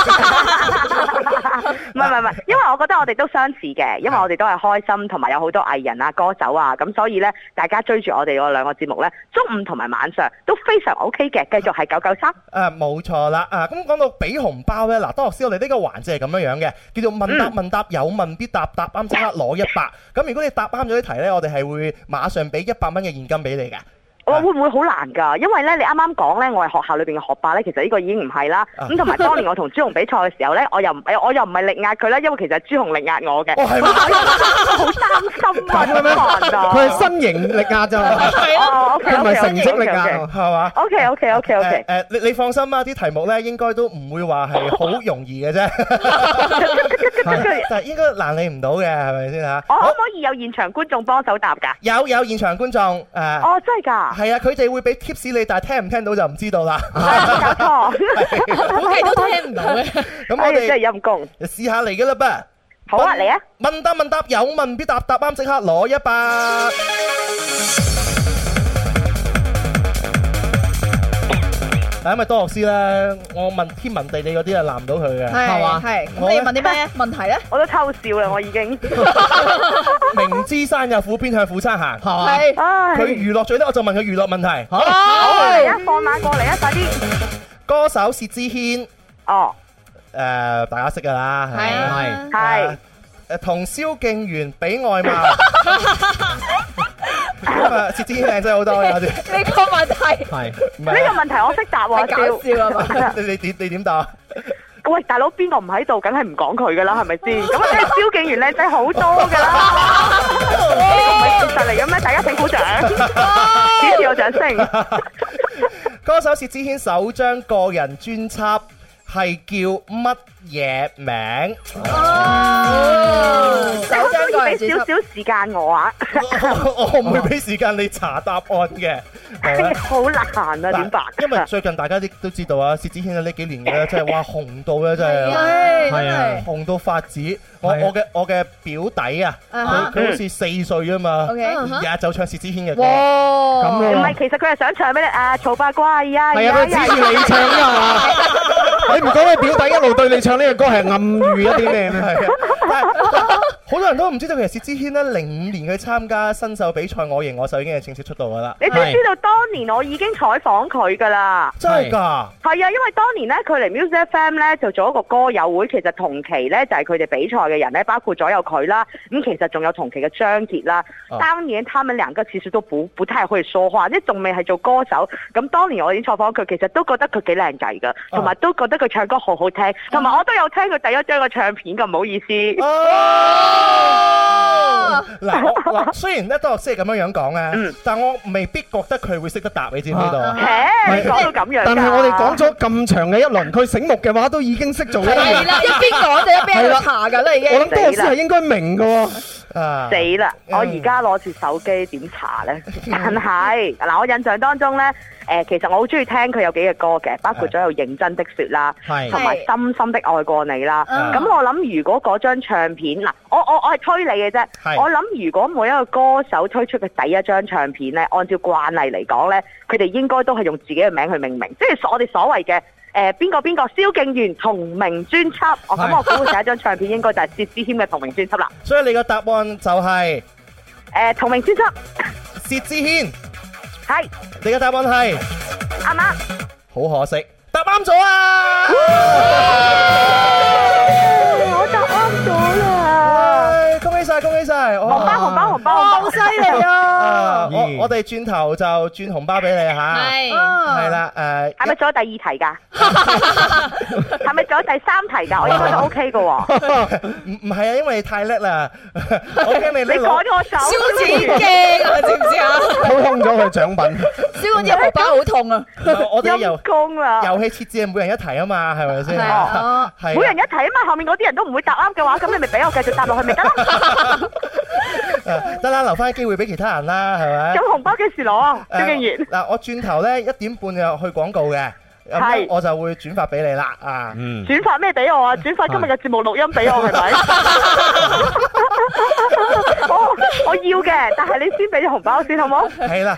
Speaker 13: 唔係唔係，因為我覺得我哋都相似嘅，因為我哋都係開心，同埋有好多藝人啊、歌手啊，咁所以呢，大家追住我哋嗰兩個節目呢，中午同埋晚上都非常 OK 嘅，繼續係九九三。
Speaker 5: 啊，冇錯啦！啊，咁講到俾紅包咧，嗱，多學師我哋呢個環節係咁樣樣嘅，叫做問
Speaker 8: 嗯
Speaker 5: 答問答有問必答，答啱即刻攞一百。咁如果你答啱咗啲題咧，我哋係會馬上俾一百蚊嘅現金俾你嘅。
Speaker 13: 我話會唔會好難㗎？因為咧，你啱啱講咧，我係學校裏邊嘅學霸咧，其實呢個已經唔係啦。
Speaker 8: 啊
Speaker 13: 咁同埋當年我同朱紅比賽嘅時候咧，我又唔哎我又唔係力壓佢啦，因為其實朱紅力壓我嘅。
Speaker 8: 哦係咩
Speaker 13: 我好擔心啊，
Speaker 8: 咁樣咩
Speaker 13: 煩啊！
Speaker 8: 佢係身形力 壓咋，
Speaker 13: 哦，OK，OK，OK，OK
Speaker 8: 佢唔係成績力啊壓，係嘛
Speaker 13: OK OK OK OK，
Speaker 5: 誒你你放心啦，啲題目咧應該都唔會話係好容易嘅 啫，係但係應該難你唔到嘅，係咪先啊嚇？
Speaker 13: 我可唔可以有現場觀眾幫手答㗎？
Speaker 5: 有有現場觀眾誒，
Speaker 13: 哦，真係㗎，
Speaker 5: 係啊，佢哋會俾 tips 你，但係聽唔聽到就唔知道 啦。
Speaker 8: 啊
Speaker 13: 搞錯，
Speaker 5: 估
Speaker 13: 計都聽唔到嘅。
Speaker 5: 咁我
Speaker 13: 哎呀
Speaker 5: 哋
Speaker 13: 真係陰公，
Speaker 5: 試下嚟㗎啦噃。
Speaker 13: 好啊
Speaker 5: 問
Speaker 13: 嚟啊！
Speaker 5: 問答問答，有問必答，答啱即刻攞一百。但因為多學師咧，我問天文地理嗰啲啊，難唔到佢嘅，係嘛？我咧
Speaker 6: 咩問題咧？
Speaker 13: 我都偷笑啦，我已 經。
Speaker 5: 明知山有虎，邊向虎山行，係嘛？
Speaker 13: 係唉
Speaker 5: 佢娛樂最叻，我就問佢娛樂問題。好
Speaker 13: 好嚟啊，放馬過嚟啊，快啲！
Speaker 5: 歌手薛之謙，
Speaker 13: 哦，
Speaker 5: 誒，大家識㗎啦，
Speaker 13: 係啊係
Speaker 5: 誒誒，同蕭敬元比外 貌，咁啊，薛之謙靚仔好多嘅，我哋
Speaker 6: 呢個問題，
Speaker 5: 係唔
Speaker 13: 呢個問題我識答
Speaker 6: 你搞
Speaker 13: 喎，
Speaker 6: 笑啊嘛
Speaker 13: 係啊
Speaker 5: 你你點你點答啊？
Speaker 13: 喂，大佬邊個唔喺度，梗係唔講佢噶啦，係咪 先？咁啊，蕭敬元靚仔好多噶啦，呢個唔係事實嚟嘅咩？大家請鼓掌，支持我掌聲。
Speaker 5: 歌手薛之謙首張個人專輯係叫乜嘢名？
Speaker 6: 哦
Speaker 13: 可唔可以俾 少少時間我啊？
Speaker 5: 我我唔會俾時間你查答案嘅，係啦。
Speaker 13: 好難啊，點辦？
Speaker 5: 因為最近大家都都知道啊，薛之謙呢幾年嘅真係哇紅到咧，真
Speaker 13: 係
Speaker 5: 係
Speaker 13: 啊
Speaker 5: 係啊
Speaker 13: 真係
Speaker 5: 紅到發紫。我
Speaker 13: 係啊
Speaker 5: 我嘅我嘅表弟啊，
Speaker 13: 啊哈
Speaker 5: 佢佢好似四歲啊嘛，
Speaker 13: OK 啊哈
Speaker 5: 日日就唱薛之謙嘅歌，
Speaker 13: 唔係，其實佢係想唱俾你啊，嘈八卦呀！
Speaker 8: 係啊，佢指住你唱㗎嘛。 你唔講你表弟一路對你唱呢個歌係暗喻一啲咩咧？
Speaker 5: 係啊但係好多人都唔知道，其實薛之謙咧零五年佢參加新秀比賽《我型我秀》已經係正式出道噶啦。
Speaker 13: 你知唔知道當年我已經採訪佢㗎啦？
Speaker 5: 真係㗎
Speaker 13: 係啊，因為當年咧，佢嚟 Music FM 咧就做一個歌友會，其實同期咧就係佢哋比賽嘅人咧，包括咗有佢啦，咁其實仲有同期嘅張傑啦。
Speaker 14: 哦
Speaker 13: 當年他們兩個其實都不不太會說話，即係仲未係做歌手。咁當年我已經採訪佢，其實都覺得佢幾靚仔
Speaker 8: 啊
Speaker 13: 㗎，同埋都覺得佢唱歌好好聽，同埋我都有聽佢第一張嘅唱片㗎，唔好意思。
Speaker 8: 啊
Speaker 5: 嗱，我 嗱雖然咧多樂師係咁樣樣講咧，但我未必覺得佢會識得答，你知唔知道 啊？
Speaker 13: 嚇你講到咁樣㗎
Speaker 8: 但係我哋講咗咁長嘅一輪，佢醒目嘅話都已經識做呢樣嘢
Speaker 6: 係啦一邊講就一邊喺度
Speaker 8: 係啦
Speaker 6: 查緊啦已經
Speaker 8: 我諗多
Speaker 13: 死
Speaker 8: 師
Speaker 13: 啦
Speaker 8: 係應該明嘅喎。啊
Speaker 14: 啊
Speaker 13: 死啦！
Speaker 14: 嗯
Speaker 13: 我而家攞住手機點查呢？ 但係嗱，我印象當中呢，誒、其實我好中意聽佢有幾隻歌嘅，包括咗有《認真的雪》啦，
Speaker 14: 係
Speaker 13: 同埋《深深的愛過你》啦。
Speaker 14: 嗯
Speaker 13: 咁我諗，如果嗰張唱片嗱，我我我係推理嘅啫。
Speaker 14: 係
Speaker 13: 我諗，如果每一個歌手推出嘅第一張唱片呢，按照慣例嚟講呢，佢哋應該都係用自己嘅名去命名，即係我哋所謂嘅。誒邊個邊個蕭敬元同名專輯，我咁
Speaker 5: 係
Speaker 13: 我估第一張唱片應該就係薛之謙嘅同名專輯啦。
Speaker 5: 所以你個答案就係
Speaker 13: 誒同名專輯，
Speaker 5: 薛之謙。
Speaker 13: 係。
Speaker 5: 你嘅答案係
Speaker 13: 啱啱。
Speaker 5: 好可惜，答啱咗啊！
Speaker 13: 我答啱咗啦！
Speaker 5: 恭喜晒，恭喜晒！紅
Speaker 13: 包紅包紅包哇好犀利啊
Speaker 5: 我我哋轉頭就轉紅包俾你吓，
Speaker 13: 係
Speaker 5: 係啦，誒，
Speaker 13: 係咪仲有第二 題㗎？係咪仲有第三題㗎？我應該都 OK 嘅喎。
Speaker 5: 哦唔唔係啊，因為你太叻啦， 我驚你
Speaker 13: 你趕我手蕭子
Speaker 6: 敬啊知唔知啊
Speaker 5: 掏空咗佢獎品。
Speaker 6: 燒嗰啲荷包好痛啊！
Speaker 5: 我哋遊
Speaker 13: 工啦，
Speaker 5: 遊戲設置係每人一題啊嘛，係咪先？
Speaker 13: 係啊
Speaker 5: 係啊
Speaker 13: 每人一題啊嘛，後面嗰啲人都唔會答啱嘅話，咁你咪俾我繼續答落去 咪得咯？
Speaker 5: 誒 得啦，留翻啲機會俾其他人啦，係咪？
Speaker 13: 咁紅包幾時攞啊？蕭敬元，
Speaker 5: 誒嗱，我轉頭咧一點半就去廣告嘅，咁
Speaker 13: 係
Speaker 5: 咧我就會轉發俾你啦啊！
Speaker 13: 轉發咩俾我啊？轉發今日嘅節目錄音俾我係咪？ 我我要嘅，但係你先俾啲紅包先好冇？
Speaker 5: 係啦，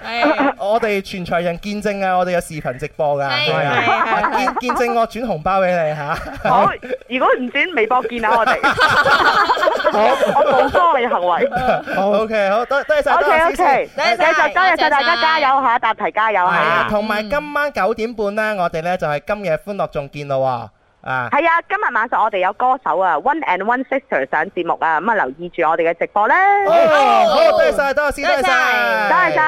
Speaker 5: 我哋全場人見證啊！我哋有視頻直播噶，係啊見見證我轉紅包俾你嚇。
Speaker 13: 好，如果唔轉微博見下我哋。我冇幫你行為。
Speaker 5: 好 OK，好，多多謝晒
Speaker 13: O
Speaker 5: 多謝
Speaker 13: K O
Speaker 5: 先
Speaker 13: K，
Speaker 5: 生，
Speaker 13: 繼續多謝晒大家加油嚇，答題加油
Speaker 5: 係啊
Speaker 13: 嚇。
Speaker 5: 同埋今晚九點半咧，我哋咧就係今夜歡樂仲見咯喎。啊，
Speaker 13: 係啊，今日晚上我哋有歌手啊，One and One Sister 上節目啊，咁啊留意住我哋嘅直播咧。
Speaker 5: 好好多謝晒多謝先多謝晒
Speaker 13: 多謝晒，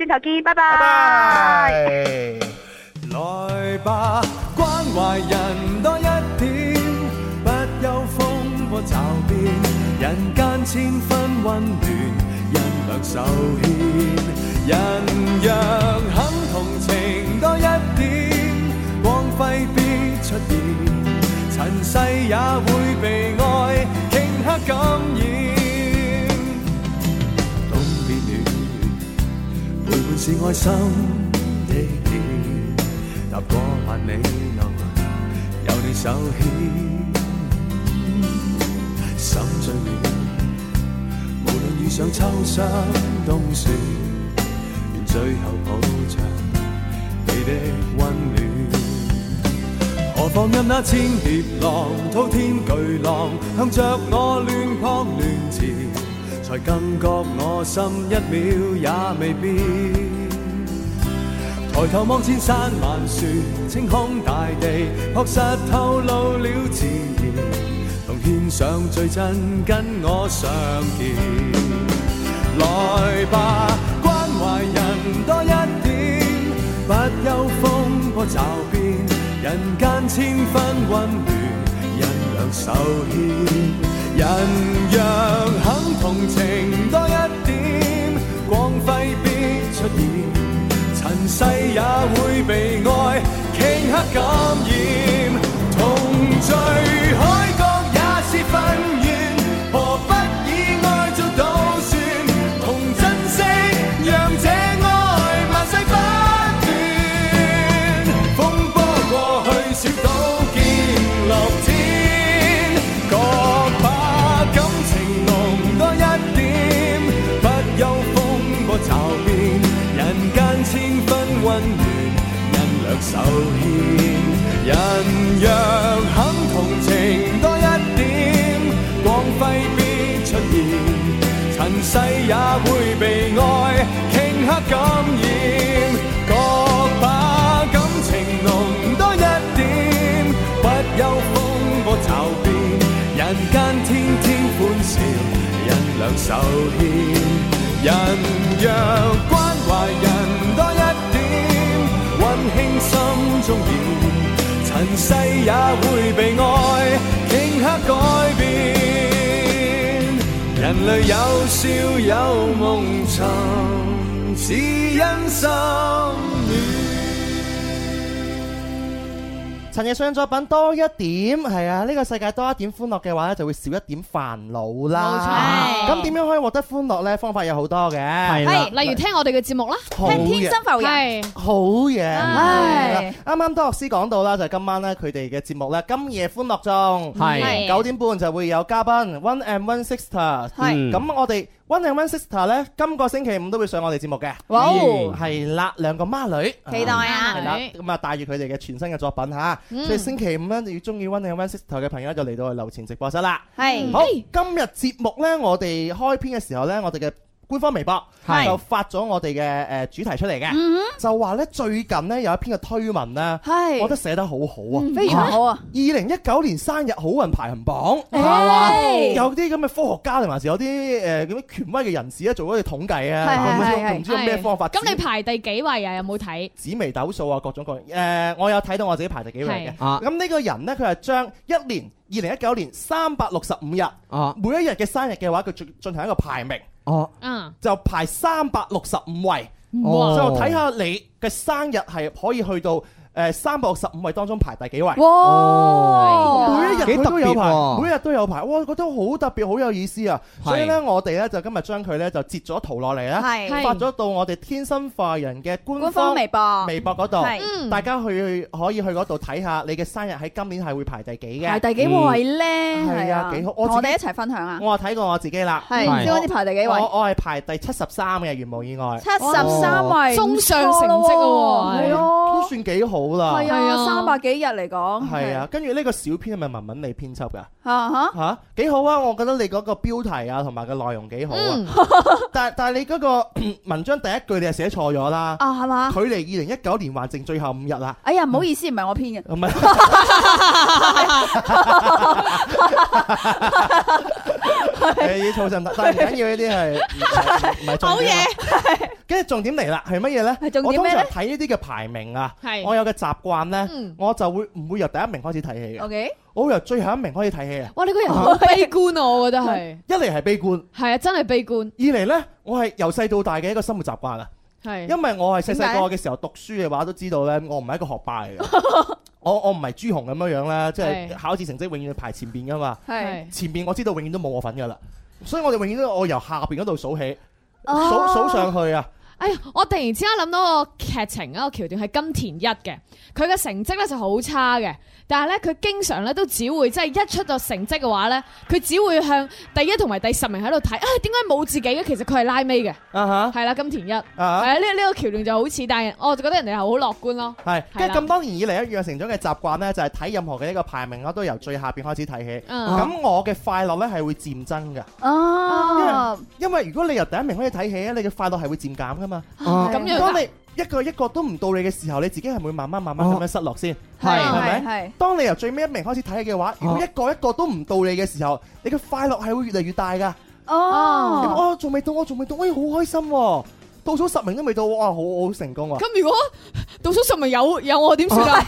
Speaker 13: 轉頭見，拜拜。
Speaker 14: 来吧，關懷人多一點，不憂風波驟變，人間千分温暖，因兩手牽。人若肯同情多一點，光輝必出現，塵世也會被愛頃刻感染。冬變暖，陪伴是愛心的暖。踏過萬里路，有你手牽，心最暖。無論遇上秋霜冬雪，願最後抱着你的温暖。何妨任那千疊浪、滔天巨浪向着我亂撲亂纏，才更覺我心一秒也未變。抬頭望千山萬樹，青空大地，確實透露了自然，同獻上最真，跟我相見。來吧，關懷人多一點，不憂風波驟變，人間千分温暖，人兩手牽。人若肯同情多一點，光輝必出現。塵世也會被愛頃刻感染，同聚海角也是份緣，何不以愛做倒算，同珍惜，讓這愛萬世不斷。風波過去，小島見綠天，各把感情濃多一點，不憂風波驟變。人間千分温暖，因兩手牽。人若肯同情多一點，光輝必出現，塵世也會被愛頃刻感染。各把感情濃多一點，不憂風波驟變，人間天天歡笑，因兩手牽。人若關懷人多一點，溫馨心中現，塵世也會被愛頃刻改變。人類有笑有夢尋，只因心暖。
Speaker 5: 陳奕迅作品多一點，係啊，呢、個世界多一點歡樂嘅話咧，就會少一點煩惱啦。
Speaker 7: 冇錯
Speaker 5: 咁點樣可以獲得歡樂呢？方法有好多嘅。係
Speaker 7: 係，哎例如聽我哋嘅節目啦，
Speaker 5: 好嘅聽天生浮人
Speaker 7: 係
Speaker 5: 好嘢，
Speaker 7: 唉
Speaker 5: 啱啱多樂師講到啦，就係今晚咧佢哋嘅節目咧，今夜歡樂眾
Speaker 8: 係係
Speaker 5: 九點半就會有嘉賓 One and One Sister，
Speaker 8: 係
Speaker 5: 咁我哋 One and One Sister 咧，今個星期五都會上我哋節目嘅，
Speaker 8: 哇
Speaker 5: 嗯係啦，兩個孖女，
Speaker 6: 期待啊
Speaker 5: 係啦，咁啊帶住佢哋嘅全新嘅作品嚇，
Speaker 6: 嗯
Speaker 5: 所以星期五咧，要中意 One and One Sister 嘅朋友就嚟到樓前直播室啦。
Speaker 6: 係
Speaker 5: 好，今日節目咧，我哋開篇嘅時候咧，我哋嘅官方微博
Speaker 6: 係
Speaker 5: 就發咗我哋嘅誒呃主題出嚟嘅，
Speaker 6: 嗯
Speaker 5: 就話咧最近咧有一篇嘅推文咧，
Speaker 6: 係
Speaker 5: 我覺得寫得好好啊，
Speaker 6: 非常好啊！
Speaker 5: 二零一九年生日好運排行榜
Speaker 6: 誒
Speaker 5: 係嘛？有啲咁嘅科學家定還是有啲呃誒咁樣權威嘅人士咧做咗啲統計啊，
Speaker 7: 係
Speaker 5: 唔知唔知用咩方法？
Speaker 7: 咁你排第幾位啊？有冇睇？
Speaker 5: 紫微斗數啊，各種各樣。誒、我有睇到我自己排第幾位嘅。
Speaker 7: 係啊
Speaker 5: 咁呢、個人呢，佢係將一年二零一九年三百六十五日，
Speaker 8: 啊
Speaker 5: 每一日嘅生日嘅話，佢進進行一個排名，
Speaker 8: 哦，
Speaker 7: 嗯，
Speaker 5: 就排三百六十五位，
Speaker 8: 哇
Speaker 5: 就睇下你嘅生日係可以去到。誒三百六十五位當中排第幾位？
Speaker 8: 哇
Speaker 5: 每一日
Speaker 8: 幾
Speaker 5: 佢
Speaker 8: 特
Speaker 5: 都有
Speaker 8: 別
Speaker 5: 排，
Speaker 8: 喎
Speaker 5: 每一日都有排，哇！覺得好特別，好有意思啊！
Speaker 8: 係
Speaker 5: 所以咧，我哋咧就今日將佢咧就截咗圖落嚟啦，
Speaker 6: 係
Speaker 5: 發咗到我哋天生化人嘅官
Speaker 6: 官方微博
Speaker 5: 微博嗰
Speaker 6: 係嗯
Speaker 5: 度，大家去可以去嗰度睇下你嘅生日喺今年係會排第幾嘅，
Speaker 6: 排第幾位咧？
Speaker 5: 係啊幾好我
Speaker 6: 同我哋一
Speaker 5: 自己
Speaker 6: 齊分享啊
Speaker 5: 嗯？！我話睇過我自己啦，嗯
Speaker 6: 係唔知我哋排第幾位
Speaker 5: 我我係排第七十三嘅，如無意外，
Speaker 6: 73
Speaker 5: 哦
Speaker 6: 位中上成績喎
Speaker 5: 唔錯咯
Speaker 6: 係
Speaker 5: 係啊，都算幾好好啦。
Speaker 6: 係啊，三百幾日嚟講
Speaker 5: 係啊，，跟住呢個小編係咪文文你編輯㗎？
Speaker 6: 啊哈。
Speaker 5: 嚇幾好啊！我覺得你嗰個標題啊，同埋個內容幾好
Speaker 6: 嗯
Speaker 5: 啊。 但但係你嗰個 文章第一句你係寫錯咗啦。
Speaker 6: 啊係嘛
Speaker 5: 距離二零一九年還剩最後五日 啦。
Speaker 6: 哎呀，唔好意思，唔係我編嘅。
Speaker 5: 唔係你要操心得，但係 唔緊要呢啲係唔係唔係重點啊。跟住重點嚟啦，係乜嘢呢？
Speaker 6: 重點
Speaker 5: 我通
Speaker 6: 咩
Speaker 5: 常
Speaker 6: 呢
Speaker 5: 睇呢啲嘅排名啊
Speaker 6: 係，
Speaker 5: 我有個習慣呢
Speaker 6: 嗯，
Speaker 5: 我就會唔會由第一名開始睇戲嘅，
Speaker 6: OK，
Speaker 5: 我會由最後一名開始睇戲啊。
Speaker 7: 哇！你個人好悲觀啊，我覺 得係。
Speaker 5: 一嚟係悲觀，
Speaker 7: 係啊，真係悲觀。
Speaker 5: 二嚟呢，我係由細到大嘅一個生活習慣啊。
Speaker 7: 係。
Speaker 5: 因為我係細細個
Speaker 7: 點解
Speaker 5: 嘅時候讀書嘅話，都知道咧，我唔係一個學霸嚟 嘅。我我唔係朱紅咁樣樣啦，即係
Speaker 7: 係
Speaker 5: 考試成績永遠排前邊噶嘛。
Speaker 7: 係
Speaker 5: 前邊我知道永遠都冇我份噶啦，所以我哋永遠都我由下邊嗰度數起，
Speaker 7: 哦
Speaker 5: 數數上去啊。
Speaker 7: 哎呀，我突然之間諗到個劇情一啊個橋段係金田一嘅，佢嘅成績咧就好差嘅，但係咧佢經常咧都只會即係一出到成績嘅話咧，佢只會向第一同埋第十名喺度睇，啊點解冇自己嘅？其實佢係拉尾嘅，
Speaker 5: 啊
Speaker 7: 係啦金田一，係
Speaker 5: 哈
Speaker 7: 啊呢呢個橋段就好似，但係我就覺得人哋係好樂觀咯，
Speaker 5: 係，跟
Speaker 7: 係啦
Speaker 5: 住咁多年以嚟一養成咗嘅習慣呢，就係睇任何嘅一個排名，我都由最下邊開始睇起。
Speaker 7: 嗯
Speaker 5: 咁我嘅快樂呢係會漸增嘅。
Speaker 6: 哦，
Speaker 5: 因為如果你由第一名開始睇起咧，你嘅快樂係會漸減噶嘛。
Speaker 6: 哦咁樣㗎
Speaker 5: 當你一個一個都唔到你嘅時候，你自己係會慢慢慢慢咁樣失落先，
Speaker 6: 係
Speaker 5: 係
Speaker 6: 係
Speaker 5: 咪？當你由最尾一名開始睇嘅話，如果一個一個都唔到你嘅時候，你嘅快樂係會越嚟越大㗎。咁
Speaker 6: 哦，
Speaker 5: 我仲未到，我仲未到，哎，好開心喎！倒數十名都未到，哇，好好成功啊！
Speaker 7: 咁如果 倒數十名有有我點算啊？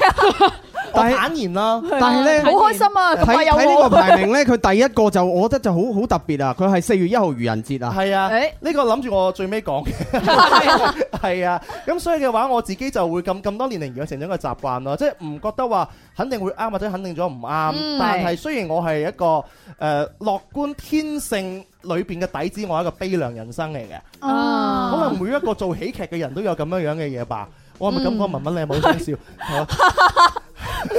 Speaker 5: 我坦然啦，
Speaker 8: 但係咧
Speaker 6: 好開心啊！咁快
Speaker 8: 睇
Speaker 6: 有
Speaker 8: 睇呢個
Speaker 6: 我，
Speaker 8: 排名咧，佢第一個就我覺得就好好特別啊！佢係四月一號愚人節啊，
Speaker 5: 係啊
Speaker 6: 誒，
Speaker 5: 呢個諗住我最尾 講嘅，係啊，咁所以嘅話，我自己就會咁咁多年嚟養成咗一個習慣咯，即係唔覺得話肯定會啱或者肯定咗唔啱，
Speaker 7: 嗯
Speaker 5: 但係
Speaker 7: 係
Speaker 5: 雖然我係一個誒、呃、樂觀天性裏邊嘅底子，我係一個悲涼人生嚟嘅，
Speaker 6: 哦
Speaker 5: 可
Speaker 7: 啊
Speaker 5: 能每一個做喜劇嘅人都有咁樣樣嘅嘢吧。我係咪咁講文文你係咪好 想笑？係嘛
Speaker 6: 嗯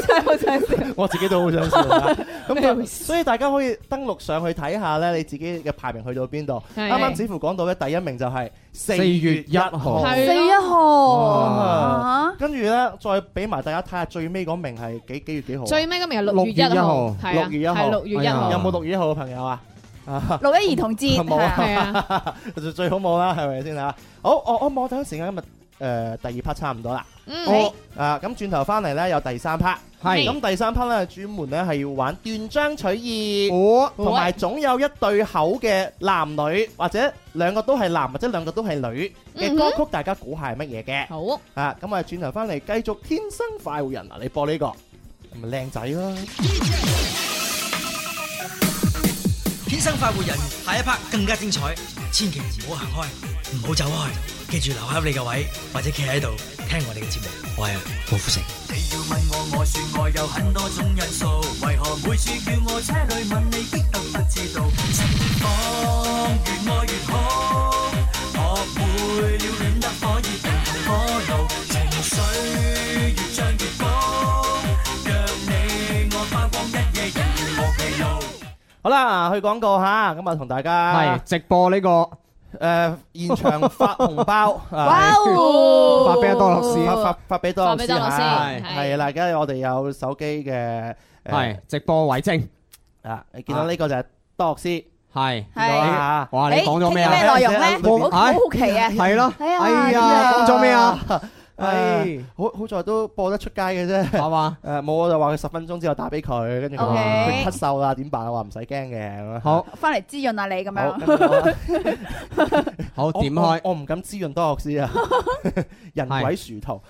Speaker 6: 真係好想笑。
Speaker 5: 我自己都好想笑啊！咁佢所以大家可以登錄上去睇下咧，你自己嘅排名去到邊度？啱
Speaker 7: 係
Speaker 5: 啱似乎講到咧，第一名就係四
Speaker 8: 月
Speaker 5: 一號。
Speaker 7: 係
Speaker 6: 四一號，
Speaker 5: 啊跟住咧，再俾埋大家睇下最尾嗰名係幾幾月幾號啊？
Speaker 7: 最尾嗰名係六月一
Speaker 8: 六月一號
Speaker 7: 號，係啊
Speaker 5: 六月一號
Speaker 7: 係六月一號
Speaker 5: 有，冇六月一號嘅朋友啊？啊
Speaker 6: 六一兒童節
Speaker 5: 冇
Speaker 7: 係啊。
Speaker 5: 啊，就 最好冇啦，係咪先啊？好，我我我睇下時間今日。誒、第二 part 差唔多啦，
Speaker 7: 嗯
Speaker 5: 好啊咁轉頭翻嚟咧有第三 part，
Speaker 8: 係
Speaker 5: 咁第三 part 咧專門咧係要玩斷章取義。
Speaker 8: 我
Speaker 5: 同埋總有一對口嘅男女，或者兩個都係男，或者兩個都係女嘅歌曲，大家估下係乜嘢嘅？
Speaker 7: 好啊。
Speaker 5: 啊，咁啊，轉頭翻嚟繼續《天生快活人》嗱，你播呢、個咪靚仔咯，
Speaker 1: 天生快活人，下一 part 更加精彩，千祈唔好行開，唔好走開，記住留喺你嘅位，或者企喺度聽我哋嘅節目。我係郭富城。
Speaker 15: 你要問我，我說我有很多種因素，為何每次叫我車裏問你，逼得不知道？情況越愛越好，學會了戀得可以平衡火爐，情緒越漲越高，讓你我花光一夜，仍然無疲勞。
Speaker 5: 好啦，去廣告吓，咁啊同大家
Speaker 8: 係直播呢個
Speaker 5: 誒、現場發紅包，
Speaker 6: 哇
Speaker 5: 啊
Speaker 6: 哦，
Speaker 8: 發俾阿多樂士
Speaker 5: 發發發俾多
Speaker 7: 發
Speaker 5: 樂
Speaker 7: 俾
Speaker 5: 師
Speaker 7: 多樂師
Speaker 5: 係
Speaker 7: 係
Speaker 5: 係啦，而家我哋有手機嘅誒
Speaker 8: 係直播為證，
Speaker 5: 啊，你見到呢個就係多樂師。
Speaker 8: 係
Speaker 5: 見到啊
Speaker 8: 哇！你
Speaker 6: 誒
Speaker 8: 講咗咩啊？
Speaker 6: 傾啲咩內容咧
Speaker 8: 我
Speaker 6: 好好
Speaker 8: 唉
Speaker 6: 好奇啊
Speaker 8: 係咯，
Speaker 6: 係啊
Speaker 8: 哎
Speaker 6: 哎
Speaker 8: 呀，講咗咩 啊？
Speaker 5: 唉，好好在都播得出街嘅啫。
Speaker 8: 係嘛？
Speaker 5: 誒冇，我就話佢十分鐘之後打俾佢，跟住佢話
Speaker 6: OK
Speaker 5: 佢咳嗽啦，點辦啊？我話唔使驚嘅咁樣。
Speaker 8: 好
Speaker 6: 翻嚟滋潤啊你咁
Speaker 5: 好，
Speaker 6: 樣，
Speaker 5: 咁
Speaker 8: 好
Speaker 5: 我
Speaker 8: 點開？
Speaker 5: 我我唔敢滋潤多樂師啊，人鬼殊途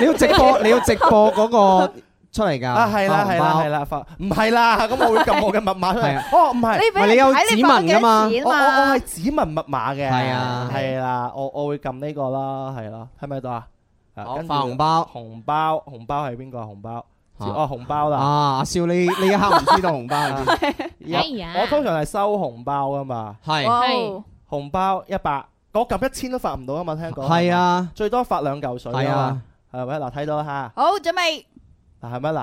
Speaker 8: 你要直播，你要直播嗰個出嚟㗎
Speaker 5: 啊！係啦，係啦，係
Speaker 8: 啦，
Speaker 5: 啦，發唔係啦，咁我會撳我嘅密碼出
Speaker 8: 係
Speaker 5: 嚟
Speaker 14: à.
Speaker 8: 啊。
Speaker 5: 哦，唔係，
Speaker 6: 你
Speaker 8: 唔係
Speaker 6: 俾
Speaker 8: 你有
Speaker 6: 人睇你
Speaker 8: 指
Speaker 6: 發
Speaker 8: 紋㗎嘛
Speaker 6: 咗幾多
Speaker 5: 我
Speaker 6: 錢
Speaker 5: 我我
Speaker 6: 嘛
Speaker 5: 係？指紋密碼嘅，
Speaker 8: 係啊
Speaker 5: 係啦，我我會撳呢個啦，係啦，係咪到啊？啊
Speaker 8: 好
Speaker 5: 跟住
Speaker 8: 發紅包
Speaker 5: 紅包，紅包係邊個啊？紅包，
Speaker 8: 啊
Speaker 5: 哦，紅包
Speaker 8: 啊！
Speaker 5: 啦。
Speaker 8: 阿少你你一刻唔知道紅包 係邊
Speaker 5: 有
Speaker 7: 哎呀
Speaker 5: 我通常係收紅包噶嘛，
Speaker 8: 係
Speaker 6: 哇
Speaker 5: 紅包一百，我撳一千都發唔到啊嘛，聽講
Speaker 8: 係，啊
Speaker 5: 最多發兩嚿水
Speaker 8: 係
Speaker 5: 啊
Speaker 8: 啊
Speaker 5: 嘛，係咪嗱？睇到啦
Speaker 6: 好準備，
Speaker 5: 嚇，嗱係咪嗱？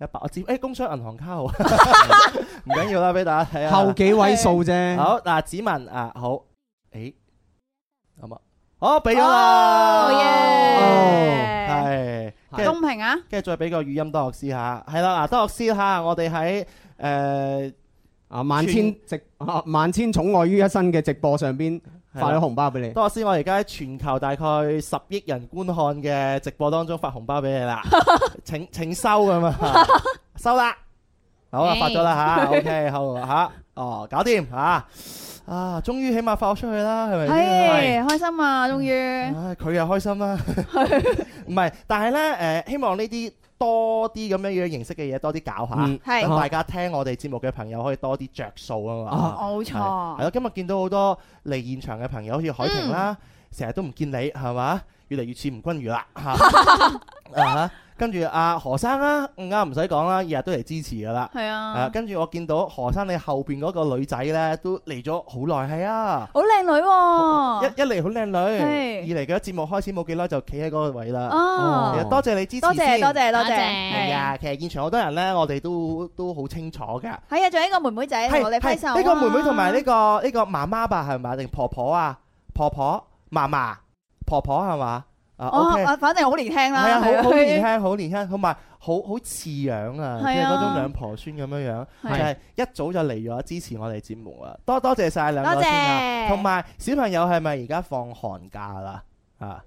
Speaker 5: 一百我接，誒工商銀行卡號，唔緊要啦，俾大家睇下。
Speaker 8: 後幾位數啫。
Speaker 5: 好嗱，指紋啊好，誒咁啊，哦，俾咗啦，耶，係，跟住
Speaker 6: 哦公平啊！
Speaker 5: 跟住再俾個語音多樂師下，係啦，嗱，多樂師下，我哋喺誒
Speaker 8: 啊萬千直啊萬千寵愛於一身嘅直播上邊發咗紅包俾你。
Speaker 5: 多樂師，我而家喺全球大概十億人觀看嘅直播當中發紅包俾你 啦，請請收咁啊，收啦，好啦，
Speaker 8: 耶
Speaker 5: 發咗啦吓 o k 好吓，哦，搞掂吓，啊，終於起碼發咗出去啦，係咪先？
Speaker 6: 係開心啊，終於
Speaker 5: 唉，佢又開心啦，唔係，但係咧誒，希望呢啲多啲咁樣樣形式嘅嘢多啲搞下，
Speaker 6: 嗯係
Speaker 5: 等大家聽我哋節目嘅朋友可以多啲着數啊嘛，
Speaker 6: 冇錯
Speaker 5: 係係咯，今日見到好多嚟現場嘅朋友，好似海婷啦，成日都唔見你係嘛，越嚟越似吳君如啦嚇啊跟住阿何生啦，更加唔使講啦，日日都嚟支持㗎啦。
Speaker 6: 係啊
Speaker 5: 跟住我見到何生你後邊嗰個女仔呢，都嚟咗好耐，係啊。
Speaker 6: 好靚女喎！
Speaker 5: 一一嚟好靚女，
Speaker 6: 係
Speaker 5: 二嚟嘅節目開始冇幾耐就企喺嗰個位啦。
Speaker 6: 哦
Speaker 5: 其實多謝你支持
Speaker 6: 多謝
Speaker 5: 先
Speaker 6: 多謝多謝
Speaker 5: 係啊，其實現場好多人咧，我哋都都好清楚㗎。
Speaker 6: 係啊，仲有呢個妹妹仔同我
Speaker 5: 係
Speaker 6: 哋揮手啊
Speaker 5: 呢個妹妹同埋呢個呢個媽媽吧係咪？定婆婆啊？婆婆、嫲嫲、婆婆係嘛？啊
Speaker 6: 哦
Speaker 5: OK，
Speaker 6: 啊反正好年輕啦
Speaker 5: 係啊，好好年
Speaker 6: 係
Speaker 5: 輕，好年輕，同埋好好似樣啊，
Speaker 6: 係啊
Speaker 5: 即係嗰種兩婆孫咁樣樣，
Speaker 6: 係
Speaker 5: 就係一早就嚟咗啊支持我哋節目啊！多多謝晒兩個
Speaker 6: 多謝
Speaker 5: 先啊，同埋小朋友係咪而家放寒假啦？啊，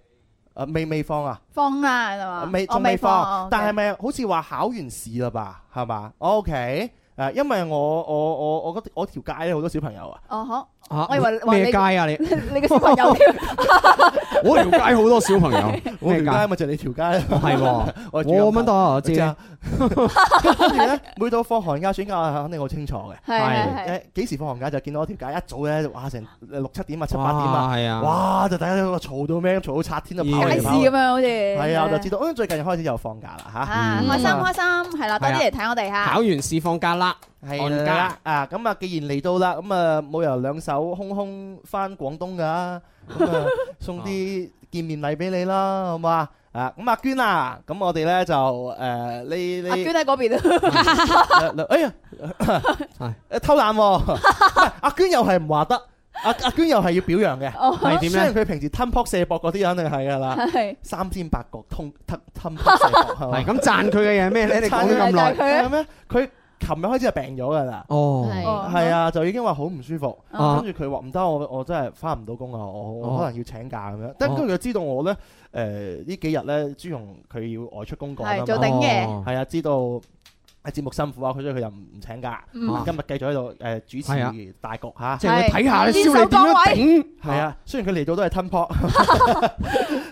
Speaker 5: 啊未未放啊？
Speaker 6: 放啦係嘛？
Speaker 5: 未
Speaker 6: 哦我
Speaker 5: 仲未
Speaker 6: 放
Speaker 5: 放，，但係咪好似話考完試啦吧？係嘛？OK，誒，因為我我我我嗰我條街咧好多小朋友啊。
Speaker 6: 哦好。
Speaker 8: 啊
Speaker 6: 我以為話
Speaker 8: 咩街啊你
Speaker 6: 你嘅小朋友 添，
Speaker 8: 我條街好多小朋友，哦
Speaker 5: 我條街咪就係你條街咯，
Speaker 8: 係喎
Speaker 5: 我住
Speaker 8: 我乜都我知
Speaker 5: 我知啊 跟住咧，每到放寒假、暑假，我肯定好清楚嘅。
Speaker 8: 係係係
Speaker 5: 誒幾時放寒假就見到我條街一早咧，哇！成六七點啊、七八點
Speaker 8: 哇
Speaker 5: 啊，
Speaker 8: 係啊
Speaker 5: 哇！就大家都嘈到咩，嘈到拆天啊，跑嚟
Speaker 6: 街市
Speaker 5: 跑去
Speaker 6: 咁樣好似
Speaker 5: 係啊，我就知道，嗯最近又開始又放假啦嚇。
Speaker 8: 嗯
Speaker 6: 啊，開心開心，係啦，多啲嚟睇我哋嚇。
Speaker 5: 完試放假啦，係
Speaker 8: 寒
Speaker 5: 啦
Speaker 8: 假
Speaker 5: 啊！咁啊，既然嚟到啦，咁啊冇理由兩手空空翻廣東噶， 咁啊送啲見面禮俾你啦，好嘛？啊，咁阿娟啊，咁我哋咧就誒呢呢
Speaker 6: 阿娟喺嗰 邊，
Speaker 5: 邊，哎呀，誒偷懶喎，喂阿娟又係唔話得。阿阿娟又係要表揚嘅，
Speaker 6: 哦係點呢
Speaker 5: 雖然佢平時吞撲射博嗰啲肯定係噶啦
Speaker 6: 係，
Speaker 5: 三尖八角通吞吞撲射博 係嘛
Speaker 8: 係咁讚佢嘅嘢咩咧？你講咗咁
Speaker 5: 讚佢嘅嘢就係佢啊係
Speaker 8: 耐，
Speaker 5: 咩？佢琴日開始就病咗噶啦。
Speaker 8: 哦
Speaker 5: 係係啊，就已經話好唔舒服，
Speaker 8: 啊
Speaker 5: 跟住佢話唔得，我我真係翻唔到工啊，我我
Speaker 8: 哦
Speaker 5: 可能要請假咁樣。但跟住佢知道我咧，誒呢幾日咧，朱紅佢要外出公幹啊嘛
Speaker 6: 係做頂嘅哦
Speaker 5: 係啊，知道喺節目辛苦啊，佢所以佢又唔唔請假，今
Speaker 6: 嗯
Speaker 5: 日繼續喺度誒主
Speaker 8: 係啊
Speaker 5: 持大局嚇，
Speaker 8: 即係佢睇下你係燒你點樣頂
Speaker 5: 係啊，雖然佢嚟到都係吞泡，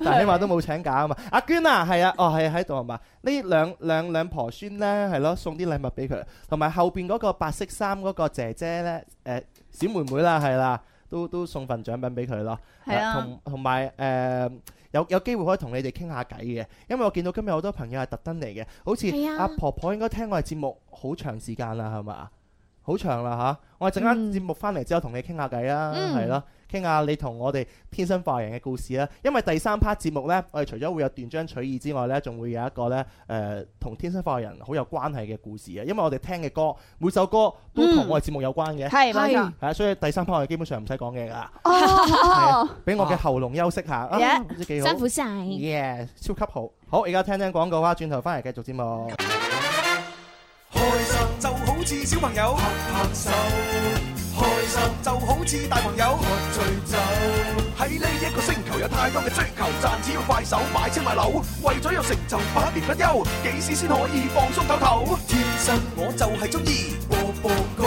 Speaker 5: 但係起碼都冇請假啊嘛。阿娟啊，係啊，哦係喺度係嘛？呢兩兩兩婆孫咧係咯，送啲禮物俾佢，同埋後邊嗰個白色衫嗰個姐姐咧，誒、小妹妹啦，係啦，都都送份獎品俾佢咯。
Speaker 6: 係啊
Speaker 5: 同同埋誒。有有機會可以同你哋傾下偈嘅，因為我見到今日好多朋友係特登嚟嘅，好似
Speaker 6: 係啊
Speaker 5: 阿婆婆應該聽我哋節目好長時間啦，係嘛？好長啦吓，我哋陣
Speaker 6: 嗯
Speaker 5: 間節目翻嚟之後同你傾下偈啊，
Speaker 8: 嗯
Speaker 5: 係咯、傾下你同我哋天生化人嘅故事啦。因為第三 part 節目呢，我哋除咗會有斷章取義之外呢，仲會有一個呢誒同、天生化人好有關係嘅故事啊。因為我哋聽嘅歌，每首歌都同我哋節目有關嘅，
Speaker 6: 嗯係冇錯
Speaker 5: 係啊，所以第三 part 我哋基本上唔使講嘢㗎啦，啊
Speaker 6: 哦，
Speaker 5: 俾我嘅喉嚨休息下啊，
Speaker 6: Yeah，
Speaker 5: 唔知幾好，
Speaker 6: 辛苦晒
Speaker 5: ，yeah，超級好。好，而家聽聽廣告啊，轉頭翻嚟繼續節目。
Speaker 14: 开心就好似小朋友拍拍手，开心就好似大朋友喝醉酒。喺呢一個星球有太多嘅追求，賺錢要快手，買車買樓，為咗有成就百年不休，幾時先可以放鬆唞唞？天生我就係中意播播歌，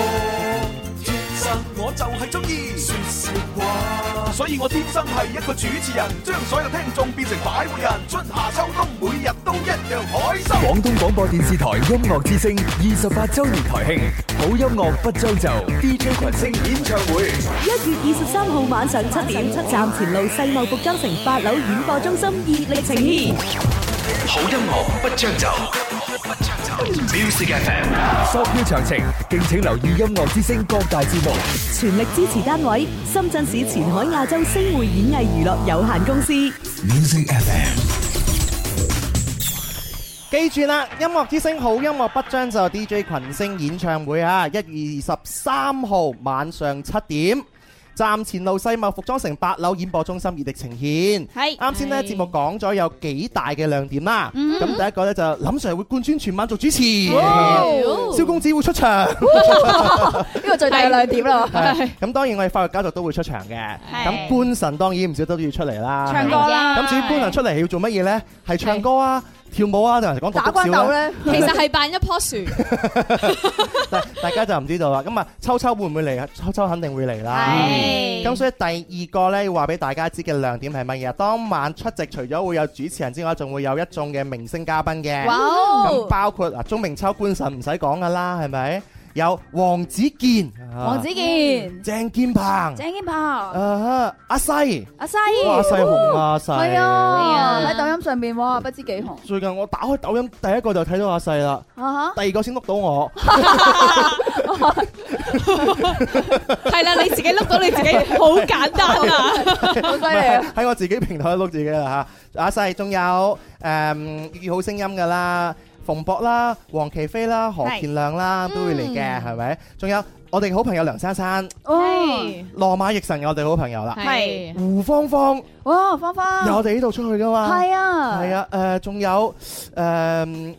Speaker 14: 天生我就係中意说笑話，所以我天生係一個主持人，將所有聽眾變成擺活人，春夏秋冬每日都一樣開心。
Speaker 2: 廣東廣播電視台音樂之聲二十八週年台慶，好音樂不將就，DJ 群星演唱會，
Speaker 3: 一月二十三號晚上七點，站前路世貿服裝城八樓演播中心熱力呈現。
Speaker 2: 好音樂不將就，Music FM。索票詳情敬請留意音樂之聲各大節目。
Speaker 3: 全力支持單位：深圳市前海亞洲星匯演藝娛樂有限公司。
Speaker 2: Music FM。
Speaker 5: 記住啦，音樂之聲好音樂不將就 DJ 群星演唱會啊，一月二十三號晚上七點。站前路西茂服裝城八樓演播中心熱力呈現。
Speaker 6: 係
Speaker 5: 啱先呢
Speaker 6: 係
Speaker 5: 節目講咗有幾大嘅亮點啦。
Speaker 6: 嗯
Speaker 5: 咁第一個呢，就林 Sir 會貫穿全晚做主持，
Speaker 6: 哇
Speaker 5: 蕭公子會出場。
Speaker 6: 呢個最大嘅亮點啦。
Speaker 5: 係咁當然我哋法律家族都會出場嘅，咁官神當然唔少都要出嚟啦，
Speaker 6: 唱歌啦
Speaker 5: 咁至於官神出嚟要做乜嘢咧？係唱歌啊、跳舞啊，定係講
Speaker 7: 打
Speaker 5: 棟篤
Speaker 7: 關
Speaker 5: 笑
Speaker 7: 鬥
Speaker 5: 咧
Speaker 7: 咧？，其實係扮一棵樹，
Speaker 5: 大家就唔知道啦。咁啊，秋秋會唔會嚟啊？秋秋肯定會嚟啦。嗯
Speaker 7: 係
Speaker 5: 咁所以第二個咧，要話俾大家知嘅亮點係乜嘢啊？當晚出席除咗會有主持人之外，仲會有一眾嘅明星嘉賓嘅。
Speaker 1: 哇哦
Speaker 5: 咁包括啊嗱，鐘明秋官神唔使講噶啦，係咪？有黃子健、嗯
Speaker 6: 黃子健
Speaker 5: 鄭健鵬、
Speaker 6: 鄭健鵬、
Speaker 5: 啊阿西。
Speaker 6: 阿西，
Speaker 5: 哇阿西紅啊阿西
Speaker 6: 係
Speaker 5: 係
Speaker 6: 啊，
Speaker 5: 啊
Speaker 6: 喺抖音上面哇，不知幾紅
Speaker 5: 最近我打開抖音，第一個就睇到阿細啦，
Speaker 6: 啊
Speaker 5: 第二個先碌到我。
Speaker 7: 係啦，你自己碌到你自己，好簡單啊，好犀
Speaker 5: 唔係喺我自己平台碌自己啦嚇。阿細仲有誒粵語好聲音噶啦，馮博啦、黃琪飛啦、何健亮啦都會嚟嘅，係咪？仲有我哋好朋友梁珊珊，
Speaker 6: 係
Speaker 5: 羅馬奕神我哋好朋友啦，
Speaker 6: 係
Speaker 5: 胡芳芳，
Speaker 6: 哇，芳芳，
Speaker 5: 由我哋呢度出去噶嘛，
Speaker 6: 係啊
Speaker 5: 係啊，誒仲有誒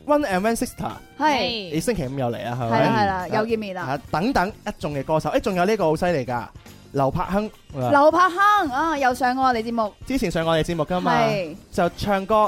Speaker 5: One and One Sister。
Speaker 6: 係
Speaker 5: 你星期五又嚟啊，係咪？
Speaker 6: 係啦係啦又見面啦
Speaker 5: 啊等等一眾嘅歌手，誒，仲有呢個好犀利㗎，劉柏亨。
Speaker 6: 劉柏亨啊，又上過我哋節目，
Speaker 5: 之前上我哋節目㗎嘛
Speaker 6: 係，
Speaker 5: 就唱歌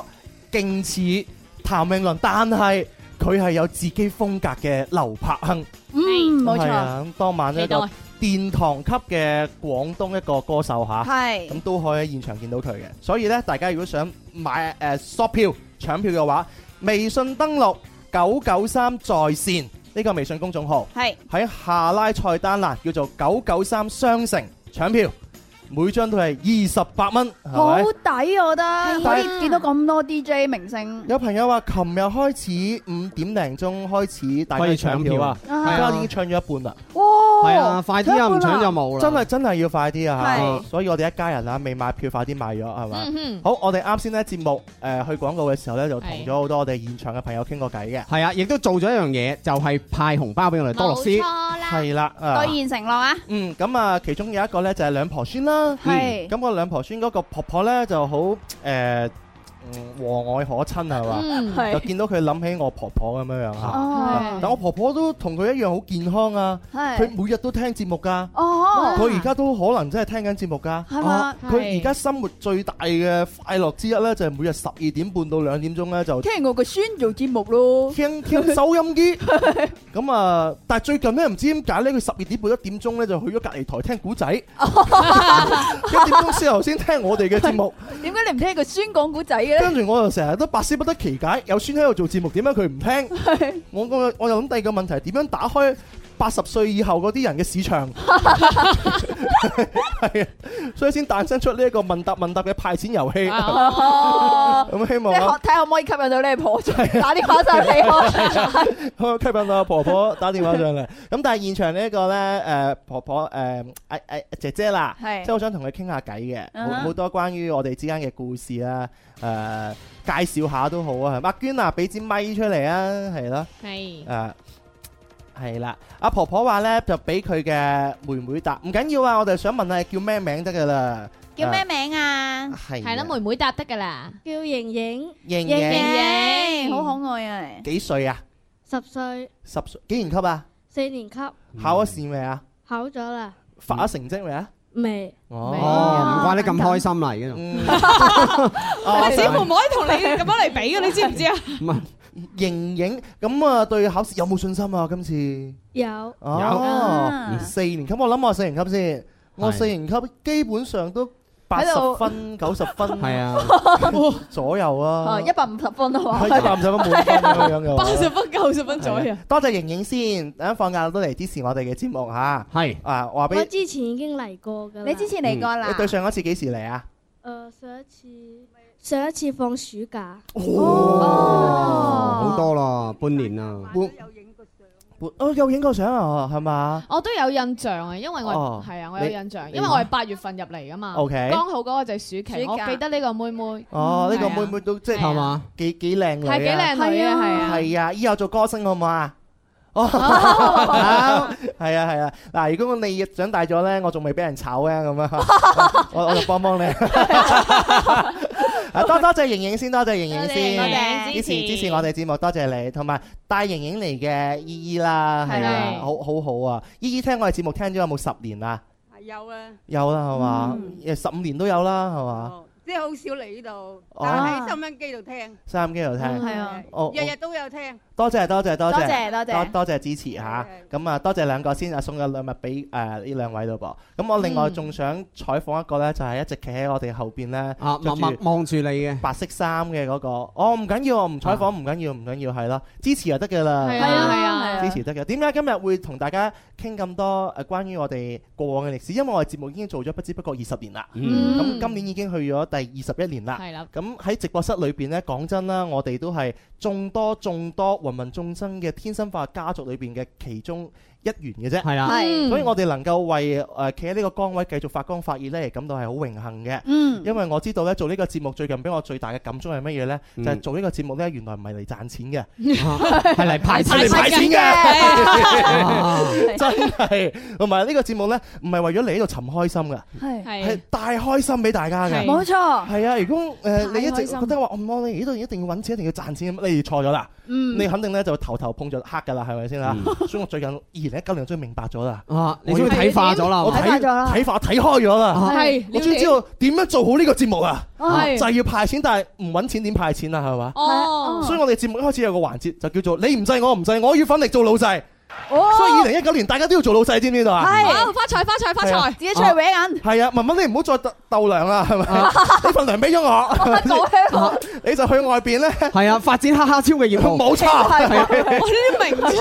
Speaker 5: 勁似譚詠麟，但係佢係有自己風格嘅劉柏亨。
Speaker 6: 嗯，冇
Speaker 5: 係
Speaker 6: 錯，
Speaker 5: 啊，咁當晚一
Speaker 6: 期待
Speaker 5: 個殿堂級嘅廣東一個歌手嚇，
Speaker 6: 係
Speaker 5: 咁都可以喺現場見到佢嘅。所以呢，大家如果想買誒 shop 票搶票嘅話，微信登錄九九三在線呢個微信公眾號。
Speaker 6: 係
Speaker 5: 喺下拉菜單欄叫做九九三商城搶票，每張都係二十八蚊，係
Speaker 6: 好
Speaker 5: 咪？
Speaker 6: 抵啊我覺得，可
Speaker 5: 啊
Speaker 6: 以見到咁多 DJ 明星，
Speaker 5: 有朋友話，琴日開始五點零鐘開始，大家
Speaker 8: 可以
Speaker 5: 搶
Speaker 8: 搶
Speaker 5: 票
Speaker 8: 票
Speaker 5: 啊
Speaker 8: 啊，
Speaker 5: 而
Speaker 8: 係
Speaker 5: 家
Speaker 8: 啊
Speaker 5: 已經搶咗一半啦。
Speaker 6: 哇，
Speaker 8: 係啊快啲啊唔搶就冇啦
Speaker 5: 真係真係要快啲啊！
Speaker 8: 係
Speaker 5: 所以我哋一家人啊，未買票快啲買咗係嘛
Speaker 8: 嗯哼？
Speaker 5: 好，我哋啱先呢節目呃誒去廣告嘅時候呢，就同咗好多我哋現場嘅朋友傾過偈嘅，
Speaker 8: 係啊，亦都做咗一樣嘢，就係派紅包俾我哋多樂斯。
Speaker 5: 係啦，啊
Speaker 6: 兌現承諾啊，
Speaker 5: 嗯，咁啊，其中有一個咧就係兩婆孫啦。
Speaker 6: 係
Speaker 5: 嗯咁個兩婆孫嗰個婆婆咧就好誒。嗯和蔼可親係
Speaker 6: 嗯
Speaker 5: 嘛，
Speaker 6: 係
Speaker 5: 就見到佢諗起我婆婆咁樣樣嚇
Speaker 6: 哦。
Speaker 5: 但我婆婆都同佢一樣好健康啊，
Speaker 6: 係
Speaker 5: 佢每日都聽節目㗎。
Speaker 6: 哦
Speaker 5: 佢而家都可能真係聽緊節目㗎。
Speaker 6: 係嘛
Speaker 5: 哦佢而家生活最大嘅快樂之一咧，就係每日十二點半到兩點鐘咧就
Speaker 6: 聽我個孫做節目咯，
Speaker 5: 聽 聽收音機。咁啊，但係最近咧唔知點解咧，佢十二點半一點鐘咧就去咗隔離台聽古仔，一
Speaker 6: 哦
Speaker 5: 點鐘之後先聽我哋嘅節目。
Speaker 6: 點解你唔聽佢孫講古仔嘅咧
Speaker 5: 跟？住我就成日都百思不得其解，有孫喺度做節目，點解佢唔聽？我我我就諗第二個問題，點樣打開八十歲以後嗰啲人嘅市場？係啊，所以先誕生出呢一個問答問答嘅派錢遊戲。
Speaker 6: 哦
Speaker 5: 咁希
Speaker 6: 即
Speaker 5: 望
Speaker 6: 係
Speaker 5: 啊
Speaker 6: 可睇下可唔可以吸引到你婆仔打電話上嚟 我。
Speaker 5: 我吸引到婆婆打電話上嚟。咁但係現場呢一個咧，誒婆婆誒誒誒姐姐啦，即
Speaker 1: 係
Speaker 5: 係我想同佢傾下偈嘅，
Speaker 1: 嗯哼
Speaker 5: 好好多關於我哋之間嘅故事啦，誒介紹下都好啊。係咪阿娟啊，俾支咪出嚟啊，係咯，
Speaker 7: 係
Speaker 5: 誒。係啦，阿婆婆話咧就俾佢嘅妹妹答，唔緊要啊，我哋想問下叫咩名得噶啦，
Speaker 7: 叫咩名啊？
Speaker 5: 係
Speaker 7: 係啦，妹妹答得噶啦，
Speaker 11: 叫盈盈，
Speaker 5: 盈
Speaker 11: 盈
Speaker 5: 盈
Speaker 11: 盈
Speaker 6: 好可愛啊！
Speaker 5: 幾歲啊？
Speaker 11: 十歲
Speaker 5: 十歲幾年級啊？
Speaker 11: 四年級，
Speaker 5: 考咗試未啊？
Speaker 11: 考咗啦，
Speaker 5: 發咗成績未啊？
Speaker 11: 未？
Speaker 8: 哦，唔怪你咁開心啦，而 家
Speaker 5: 啊
Speaker 7: 小妹妹同你咁樣嚟比嘅，你知唔知啊？
Speaker 5: 唔係盈盈咁啊，對考試有冇信心啊？今次
Speaker 11: 有
Speaker 5: 哦，四年級我諗我四年級先，我
Speaker 8: 係
Speaker 5: 四年級基本上都八
Speaker 6: 喺
Speaker 5: 十
Speaker 6: 度
Speaker 5: 分、九十分
Speaker 8: 係啊
Speaker 5: 左右啊
Speaker 6: 哦，，一百五十分啊嘛，
Speaker 5: 係150分滿分咁樣嘅話
Speaker 6: 八十分九十分左
Speaker 5: 係
Speaker 6: 右
Speaker 5: 啊。多謝盈盈先，等陣放假都嚟支持我哋嘅節目嚇。
Speaker 8: 係
Speaker 5: 啊，話
Speaker 11: 我
Speaker 5: 俾
Speaker 11: 之前已經嚟過噶啦。
Speaker 6: 你之前嚟過啦
Speaker 5: 嗯你對上一次幾時嚟啊？
Speaker 11: 誒上一次上一次放暑假，
Speaker 5: 哦
Speaker 6: 哦
Speaker 11: 哦
Speaker 8: 好多啦，半年啦。
Speaker 5: 哦，有影過相啊，係嘛？
Speaker 7: 我都有印象啊，因為
Speaker 5: 哦
Speaker 7: 我係啊，我有
Speaker 5: 你
Speaker 7: 印象，
Speaker 5: 你
Speaker 7: 因為我係八月份入嚟噶嘛。
Speaker 5: OK
Speaker 7: 剛好嗰個就係暑期，
Speaker 6: 暑
Speaker 7: 我
Speaker 6: 假
Speaker 7: 記得呢個妹妹。
Speaker 5: 哦，呢個
Speaker 7: 係啊
Speaker 5: 妹妹都即係
Speaker 7: 係
Speaker 5: 嘛幾幾靚女啊，
Speaker 7: 係幾靚女啊係啊係啊
Speaker 5: 係啊，以後做歌星好唔好啊？哦，係啊係啊，嗱，如果你長大咗咧，我仲未俾人炒咧，咁啊， 我我就幫幫你。啊，多多謝盈盈先，多謝盈盈先，
Speaker 16: 多謝
Speaker 5: 支
Speaker 16: 支
Speaker 5: 持
Speaker 16: 持
Speaker 5: 支持我哋節目，多謝你，同埋帶盈盈嚟嘅依依啦，係啊，
Speaker 16: 係
Speaker 5: 好好好啊！依依聽我哋節目聽咗有冇十年啊？
Speaker 17: 有啊，
Speaker 5: 有啦，係嘛？誒，十五年都有啦，係嘛？
Speaker 17: 即係好少嚟呢度，
Speaker 5: 哦
Speaker 17: 但係喺收音機度聽，
Speaker 5: 收音機度
Speaker 6: 嗯
Speaker 5: 聽，
Speaker 6: Ừ,
Speaker 17: 係
Speaker 6: à.
Speaker 17: 啊
Speaker 5: 哦，
Speaker 17: 日日都有聽。
Speaker 5: 多謝多謝
Speaker 17: 多
Speaker 5: 多謝
Speaker 17: 謝多謝
Speaker 5: 多謝支持嚇，咁啊多謝兩個先啊送咗禮物俾誒呢兩位咯噃。咁我另外
Speaker 8: 嗯
Speaker 5: 仲想採訪一個咧，就係一直企喺我哋後邊咧，
Speaker 8: 啊
Speaker 5: 着
Speaker 8: 默
Speaker 5: 住
Speaker 8: 默望住你嘅
Speaker 5: 白色衫嘅嗰個。哦唔緊要，我唔採訪唔緊要，唔緊要係啦，支持就得㗎啦。
Speaker 8: 係啊係啊係啊
Speaker 5: 支持得嘅。點解今日會同大家傾咁多誒關於我哋過往嘅歷史？因為我哋節目已經做咗不知不覺二十年啦，
Speaker 16: 嗯
Speaker 5: 咁今年已經去咗第二十一年啦。
Speaker 16: 係啦
Speaker 5: 咁喺直播室裏邊呢，講真啦，我哋都係眾多眾多芸芸眾生嘅天生化家族裏邊嘅其中一員嘅啫。係
Speaker 8: 啦係
Speaker 5: 所以我哋能夠為誒企喺呢個崗位繼續發光發熱呢，感到係好榮幸嘅。
Speaker 17: 嗯
Speaker 5: 因為我知道呢，做呢個節目最近俾我最大嘅感觸係乜嘢呢？就
Speaker 8: 嗯
Speaker 5: 係做呢個節目呢，原來唔係嚟賺錢嘅，
Speaker 8: 係嚟派錢
Speaker 5: 啊係嚟派錢
Speaker 8: 啊
Speaker 5: 嘅， 真係。同埋呢個節目呢，唔係為咗嚟呢度尋開心嘅。係大開心俾大家嘅，
Speaker 16: 係冇錯
Speaker 5: 係啊，如果誒你一
Speaker 16: 大
Speaker 5: 直
Speaker 16: 開心
Speaker 5: 覺得話，嗯我我哋呢度一定要揾錢，一定要賺錢，你錯咗啦。
Speaker 16: 嗯
Speaker 5: 你肯定咧就頭頭碰着黑㗎啦，係咪先啦？ 所以我最近二零一九年終於明白咗啦。
Speaker 8: 啊你
Speaker 5: 我
Speaker 8: 終於
Speaker 5: 要
Speaker 8: 睇化咗啦
Speaker 5: 我睇
Speaker 8: 睇化咗啦
Speaker 5: 睇化睇開咗啦。
Speaker 8: 係
Speaker 5: 我終於知道點樣做好呢個節目啊！
Speaker 8: 係
Speaker 5: 就係要派錢，但係唔揾錢點派錢啊？係嘛？
Speaker 16: 哦
Speaker 5: 所以我哋節目一開始有個環節就叫做你唔制我唔制，我要奮力做老細。
Speaker 6: 哦
Speaker 5: 所以二零一九年大家都要做老細，知唔知道啊？
Speaker 7: 好發財發財發
Speaker 5: 係啊
Speaker 7: 財，
Speaker 5: 自己出去搲
Speaker 6: 眼。
Speaker 5: 係啊，文文你唔好再鬥鬥糧啦，係咪？呢份糧俾咗啊我，你就去外邊咧。
Speaker 8: 係啊，發展黑黑超嘅業務，
Speaker 5: 冇錯係啊
Speaker 8: 我
Speaker 7: 呢啲名場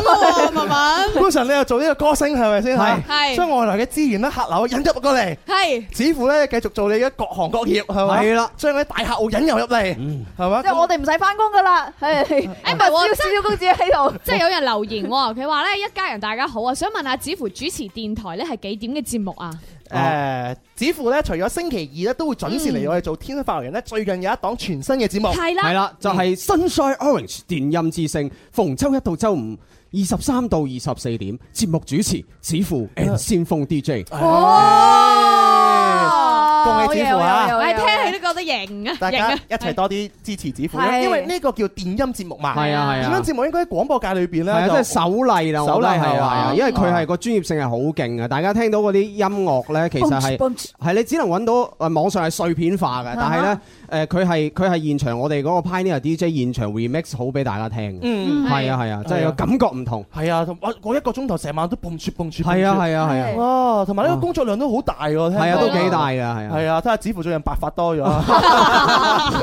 Speaker 7: 喎，文文。
Speaker 5: 通常你又做呢個歌星係咪先嚇？
Speaker 7: 係
Speaker 5: 將外來嘅資源咧、客流引入過嚟，
Speaker 7: 係
Speaker 5: 似乎咧繼續做你嘅各行各業係咪？
Speaker 8: 係啦，
Speaker 5: 將啲大客戶引入入嚟係嘛？
Speaker 6: 即係我哋唔使翻工噶啦，係誒
Speaker 7: 誒
Speaker 6: 唔
Speaker 7: 唔係喎，
Speaker 6: 係，小小公子喺 度，
Speaker 7: 即係有人留言喎，佢話咧一家人大家好啊，想問下子乎主持電台咧係幾點嘅節目啊？
Speaker 8: 哦
Speaker 5: 誒，子乎咧，除咗星期二咧都會準時嚟我哋做《天生發人》咧，最近有一檔全新嘅節目，
Speaker 7: 係啦
Speaker 8: 係啦，就係 Sunshine Orange 電音之聲，逢周一到周五。二十三到二十四點，節目主持子富 and 先鋒 DJ。
Speaker 5: 哎哦恭喜子乎啊！
Speaker 7: 誒聽起都覺得型啊，
Speaker 5: 大
Speaker 7: 型
Speaker 5: 家
Speaker 7: 啊
Speaker 5: 一齊多啲支持子乎
Speaker 7: 係
Speaker 5: 啦，因為呢個叫電音節目嘛。
Speaker 8: 係啊係啊
Speaker 5: 電音節目應該喺廣播界裏邊
Speaker 8: 係
Speaker 5: 咧，
Speaker 8: 啊，
Speaker 5: 就
Speaker 8: 即係首例啦，
Speaker 5: 首
Speaker 8: 我
Speaker 5: 例
Speaker 8: 覺得係
Speaker 5: 係
Speaker 8: 啊，係
Speaker 5: 啊
Speaker 8: 啊，因為佢係個專業性係好勁嘅。大家聽到嗰啲音樂咧，其實係
Speaker 5: Boom, boom.
Speaker 8: 係你只能揾到誒網上係碎片化嘅，但係
Speaker 5: 啊
Speaker 8: 咧誒呃佢係佢係現場我哋嗰個 Pioneer DJ 現場 remix 好俾大家聽嘅。
Speaker 5: 嗯
Speaker 8: 係啊係啊，即係個感覺唔同。
Speaker 5: 係啊，同我我一個鐘頭成晚都蹦雪蹦雪。
Speaker 8: 係啊係啊係啊係
Speaker 5: 哇，同埋呢個工作量都好大喎。聽講
Speaker 8: 係啊，都幾大㗎，係啊。
Speaker 5: 係啊，睇下子乎最近白髮 多咗。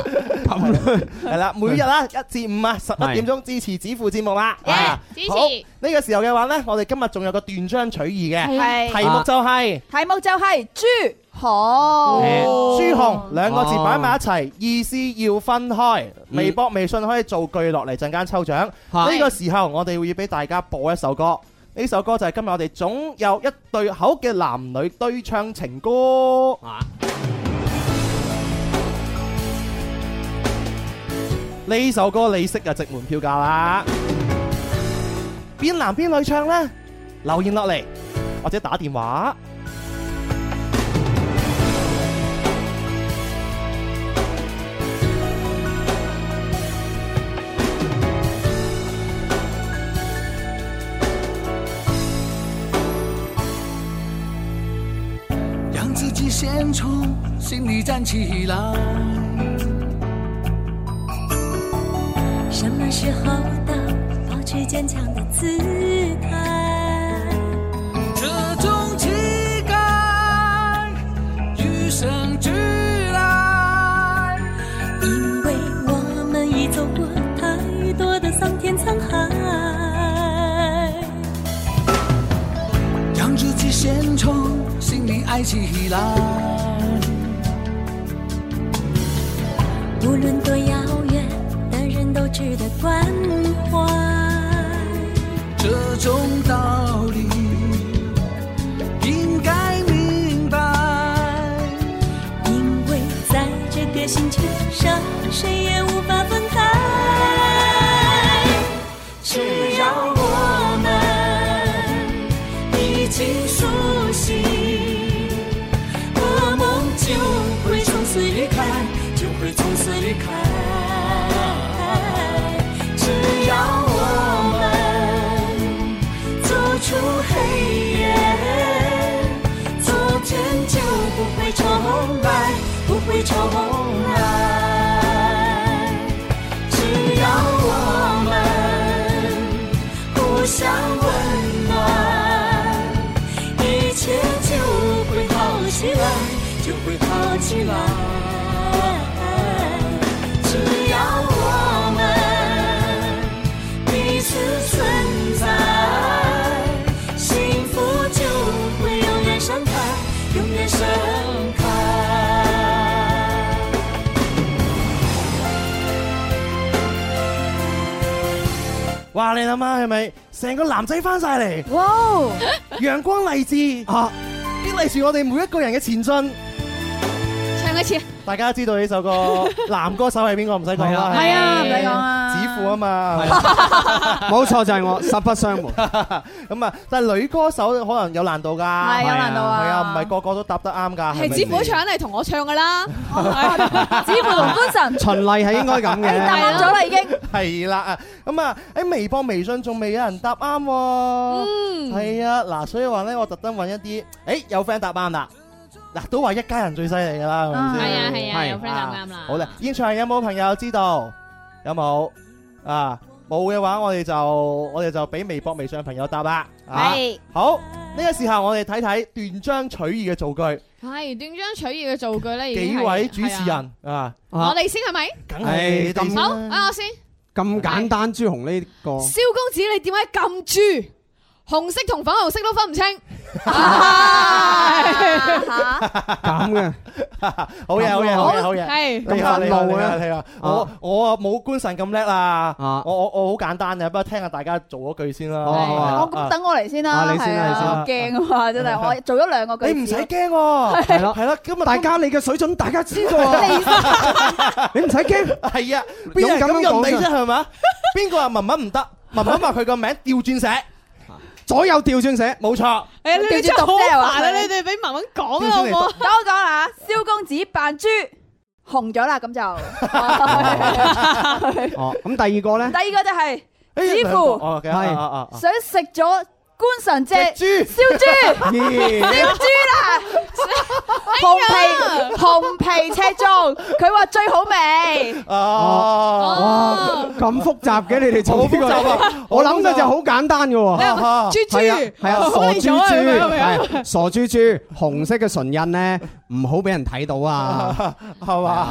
Speaker 5: 係啦，每日啦一至五啊，十一點鐘支持子乎節目啦。啊
Speaker 6: 支持
Speaker 5: 好呢個時候嘅話呢，我哋今日仲有個斷章取義嘅
Speaker 6: 係
Speaker 5: 題目就係
Speaker 6: 題目就係朱紅，
Speaker 5: 朱紅兩個字擺埋一齊，意思要分開。微博、微信可以做句落嚟，陣間抽獎。
Speaker 16: 係
Speaker 5: 呢個時候我哋會要俾大家播一首歌，呢首歌就係今日我哋總有一對口嘅男女對唱情歌。呢首歌你識就值門票價啦。邊男邊女唱呢？留言落嚟或者打電話。
Speaker 16: 让自己先从心里站起来。
Speaker 18: 什么时候到保持坚强的姿态？
Speaker 16: 这种期待与生俱来，
Speaker 18: 因为我们已走过太多的桑田沧海。
Speaker 16: 让自己先从心里爱起来。
Speaker 18: 无论多遥远的人都值得关怀。
Speaker 16: 这种道理应该明白。
Speaker 18: 因为在这个星球上，谁也无法分开。只要我
Speaker 1: 最靠只要我们走出黑夜，昨天就不会重来，不会重来。只要我们互相温暖，一切就会好起来，就会好起来。只要我们彼此存在，幸福就会永远盛开，永远盛开。
Speaker 5: 哇！你諗下係咪成個男仔翻晒嚟？哇！陽光勵志啊，激勵住我哋每一個人嘅前進。唱
Speaker 7: 一次。
Speaker 5: 大家知道呢 首歌男歌手係邊個唔使講啦，
Speaker 7: 係啊
Speaker 5: 係咪
Speaker 7: 唔使講啊
Speaker 5: 指父啊嘛，
Speaker 8: 冇錯就係我，實不相瞞。
Speaker 5: 咁啊，但係女歌手可能有難度㗎，係
Speaker 7: 有難度啊
Speaker 5: 係啊，唔係個個都答得啱㗎，
Speaker 7: 係
Speaker 5: 指
Speaker 7: 師傅唱嚟同我唱噶啦，師傅同官神
Speaker 5: 循例係應該咁 嘅
Speaker 7: 係答啱咗啦已經。
Speaker 5: 係啦啊，咁啊喺微博、微信仲未有人答啱喎。
Speaker 7: 嗯
Speaker 5: 係啊，嗱，所以話咧，我特登揾一啲，誒有 friend 答啱啦。嗱，都話一家人最犀利㗎啦，係咪先？
Speaker 7: 係啊係啊有 friend 答啱啦
Speaker 5: 好啦，現場有冇朋友知道？有冇啊？冇嘅話，我哋就我哋就俾微博、微信嘅朋友答啦。啊
Speaker 7: 係
Speaker 5: 好，呢個時候我哋睇睇斷章取義嘅造句，
Speaker 7: 係斷章取義嘅造句咧，已經
Speaker 5: 幾
Speaker 7: 係
Speaker 5: 位主持，
Speaker 7: 係啊
Speaker 5: 人啊，
Speaker 7: 我哋先係咪？
Speaker 5: 梗
Speaker 8: 係你哋先啦
Speaker 7: 好，啊我先。
Speaker 8: 咁簡單，朱紅呢個
Speaker 7: 蕭公子，你點解咁豬？紅色同粉紅色都分唔清。
Speaker 8: 咁嘅，
Speaker 5: 好嘢，好嘢，好嘢，好嘢，
Speaker 7: 係
Speaker 5: 你啊，
Speaker 8: 咁
Speaker 5: 你啊，
Speaker 8: 憤怒
Speaker 5: 你啊，
Speaker 8: 嘅
Speaker 5: 你啊，
Speaker 8: Ờ.
Speaker 5: 我我啊冇官神咁叻啦，
Speaker 8: 我
Speaker 5: 我我好簡單嘅，不過聽下大家做嗰句先啦。
Speaker 6: 我咁等我嚟先啦，
Speaker 5: 啊你先
Speaker 6: 係
Speaker 5: 啦
Speaker 6: 啊，我
Speaker 5: 你先
Speaker 6: 驚啊嘛，真係我做咗兩個句子。
Speaker 5: 你唔使驚喎，
Speaker 8: 係啦
Speaker 5: 係啦，今日
Speaker 8: 大家你嘅水準大家知道啊， 你唔使驚，
Speaker 5: 係啊，邊有人咁用你啫係嘛？邊個話文文唔得？文文話佢個名調轉寫，
Speaker 8: 左右調轉寫，
Speaker 5: 冇錯。
Speaker 7: 誒，你
Speaker 6: 調轉
Speaker 7: 哋真係
Speaker 6: 讀
Speaker 7: 好
Speaker 6: 啫係嘛
Speaker 7: 煩啊！你哋俾文文講啦，好唔好？
Speaker 6: 等我講啦，蕭公子扮豬紅咗啦，咁就。
Speaker 8: 哦，咁第二個咧，
Speaker 6: 第二個就係
Speaker 8: 兩
Speaker 6: 子
Speaker 8: 個
Speaker 6: 父
Speaker 5: 哦，
Speaker 8: 係
Speaker 6: 想食咗官神隻
Speaker 5: 豬，
Speaker 6: 燒豬，
Speaker 8: 咦
Speaker 6: 燒豬啦，紅皮紅皮赤粽，佢話最好味。
Speaker 5: 哦，
Speaker 8: 哇，咁複雜嘅你哋做呢
Speaker 5: 好複雜啊
Speaker 8: 個，我諗嘅就好簡單嘅喎，
Speaker 7: 豬豬
Speaker 8: 係啊係啊，
Speaker 7: 好
Speaker 8: 傻豬
Speaker 7: 嚟咗啊咁樣
Speaker 8: 豬，
Speaker 7: 咁樣
Speaker 8: 係啊傻豬豬，紅色嘅唇印咧，唔好俾人睇到 啊，
Speaker 5: 係
Speaker 6: 嘛？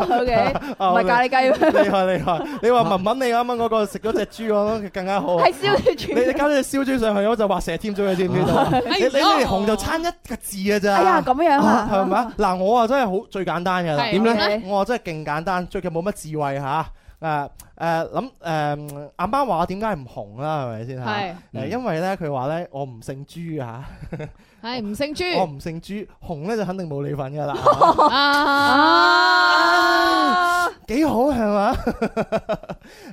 Speaker 6: 哦，OK，唔係咖喱雞，
Speaker 5: 啊厲害厲 害！你話文文你啱啱嗰個食咗只豬，我覺得更加好。啊
Speaker 6: 係燒豬
Speaker 5: 你你加咗隻燒豬上去，我就話蛇添咗你知唔知 道？你你你哋紅就差一個字嘅咋？
Speaker 6: 哎呀咁樣啊
Speaker 5: 係咪啊？嗱，我啊真係好最簡單嘅啦。
Speaker 6: 係點咧？
Speaker 5: 我啊真係勁簡單，最近冇乜智慧嚇。誒誒諗誒阿媽話我點解唔紅啦？係咪先嚇？
Speaker 7: 係
Speaker 6: 嗯
Speaker 5: 誒，因為咧佢話咧我唔姓朱啊嚇。
Speaker 7: 係唔姓
Speaker 5: 我
Speaker 7: 豬
Speaker 5: 唔姓朱，紅咧就肯定冇你份 噶啦，
Speaker 7: 啊！
Speaker 5: 幾好係嘛？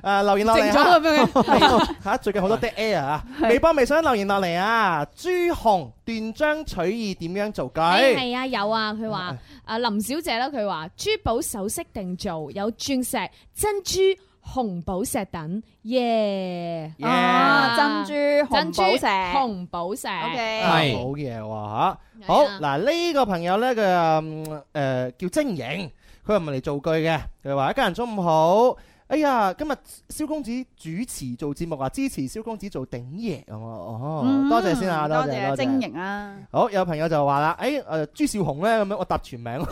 Speaker 5: 誒留言落嚟
Speaker 7: 靜咗咁 樣
Speaker 5: 嚇，嚇最近好多 dead air 啊！微博、微信留言落嚟啊！朱紅斷章取義點樣造
Speaker 7: 係
Speaker 5: 句？
Speaker 7: 係啊，有啊，佢話啊林小姐啦，佢話珠寶首飾定做有鑽石、珍珠、紅寶石等，耶！
Speaker 5: Yeah
Speaker 6: 珍珠紅寶石
Speaker 7: 紅寶石
Speaker 6: OK
Speaker 5: 啊好嘢
Speaker 7: 啊
Speaker 5: 喎嚇！好嗱，呢個朋友咧佢嗯誒叫晶瑩，佢唔係嚟造句嘅，佢話一家人中午好。哎呀，今日蕭公子主持做節目啊，支持蕭公子做鼎爺咁啊！哦，
Speaker 7: 嗯
Speaker 5: 多謝先啊，多謝多謝。
Speaker 6: 晶瑩啊！
Speaker 5: 好，有朋友就話啦，誒、誒朱少紅咧咁樣，我答全 名，
Speaker 7: 好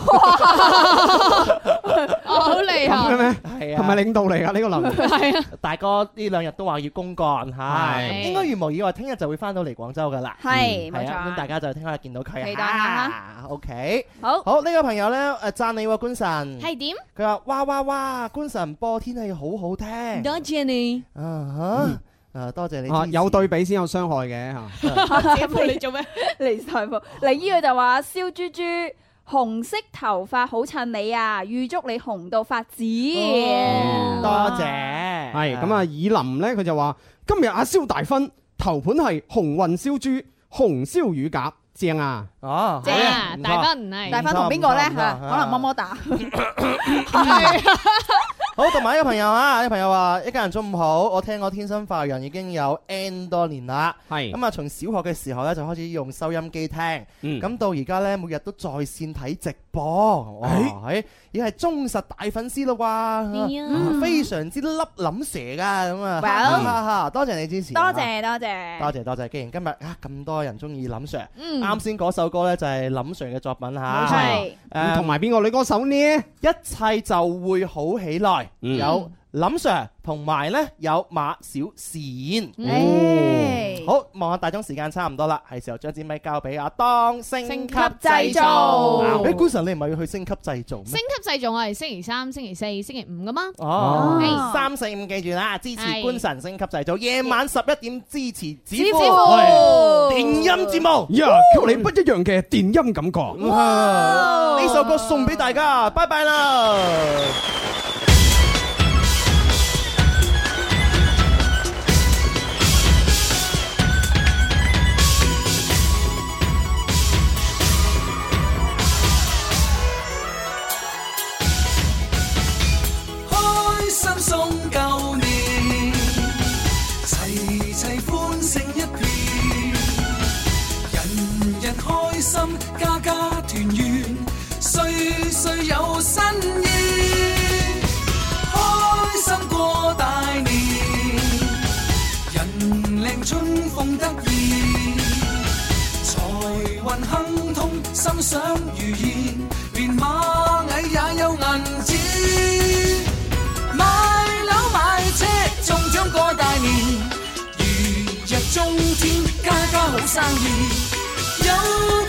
Speaker 8: 咁
Speaker 7: 厲
Speaker 8: 嘅
Speaker 7: 害！
Speaker 8: 咩？
Speaker 5: 係
Speaker 8: 係
Speaker 5: 啊，
Speaker 8: 咪領導嚟㗎呢個 林？
Speaker 7: 係啊，
Speaker 5: 大哥呢兩日都話要公幹嚇，
Speaker 8: 係
Speaker 5: 應該如無意外，聽日就會翻到嚟廣州噶啦，
Speaker 6: 係
Speaker 5: 嗯係啊
Speaker 6: 冇錯
Speaker 5: 咁大家就聽日見到佢啊，
Speaker 6: 期待下
Speaker 5: 啊 OK，
Speaker 6: 好
Speaker 5: 好呢、個朋友咧誒讚你喎，官神，
Speaker 7: 係點？
Speaker 5: 佢話哇哇哇，官神播天氣好好聽，
Speaker 7: 多謝你，
Speaker 5: 啊哈，啊多謝你支持，
Speaker 8: 啊，有對比先有傷害嘅嚇。
Speaker 7: 姐夫你做咩？
Speaker 6: 離晒譜。另依佢就話燒豬豬。紅色頭髮好襯你啊！預祝你紅到發紫。
Speaker 7: 哦
Speaker 5: 多謝，
Speaker 8: 係咁啊，以林咧佢就話：今日阿蕭大婚頭盤係紅運燒豬、紅燒乳鴿、正啊！
Speaker 5: 哦
Speaker 7: 正啊大班唔係
Speaker 6: 大班同邊個咧
Speaker 5: 唔錯唔錯
Speaker 6: 嚇？
Speaker 5: 唔錯
Speaker 6: 可能麼么打。
Speaker 5: 好，同埋一個朋友啊，有朋友話一家人中午好，我聽我天生快活人已經有 N 多年啦，
Speaker 8: 係
Speaker 5: 咁啊，從小學嘅時候咧就開始用收音機聽，咁、
Speaker 8: 嗯
Speaker 5: 到而家咧每日都在線睇直播，哇，係已經係忠實大粉絲啦
Speaker 6: 係
Speaker 5: 啩，
Speaker 6: 啊
Speaker 5: 啊非常之粒諗蛇噶咁啊，
Speaker 6: Well
Speaker 5: 哈哈多謝你支持，
Speaker 6: 多。謝多謝。
Speaker 5: 多謝多謝，既然今日啊咁多人中意林 Sir，
Speaker 6: 嗯
Speaker 5: 啱先嗰首歌呢就係林 Sir 嘅作品
Speaker 8: 冇
Speaker 5: 嚇，
Speaker 8: 錯係咁同埋邊個女歌手呢？
Speaker 5: 一切就會好起來，
Speaker 8: 嗯
Speaker 5: 有林 Sir 同埋呢有馬小善。
Speaker 6: 嗯
Speaker 5: 好，望下大鐘時間差唔多啦，係時候將支咪交俾阿當升
Speaker 7: 升
Speaker 5: 級
Speaker 7: 級製造
Speaker 5: 誒 g u s o n 你唔係要去升級製造咩
Speaker 7: 星？級製造我係星期三、星期四、星期五噶嘛。
Speaker 5: 哦，
Speaker 7: 係
Speaker 5: 三四五記住啦，支持
Speaker 7: 係
Speaker 5: 官神升級製造，夜晚十一點支持
Speaker 7: 指
Speaker 5: 指
Speaker 7: 父
Speaker 5: 父電哎音節目。
Speaker 8: 呀，給你不一樣嘅電音感覺。
Speaker 5: 哇！呢首歌送俾大家，拜拜啦！
Speaker 1: 开心送旧年，齐齐欢声一片，人人开心，家家团圆，岁岁有新意，开心过大年，人靓春风得意，财运亨通，心想如意，连蚂蚁也有银子。買樓買車中獎過大年，如日中天，家家好生意，有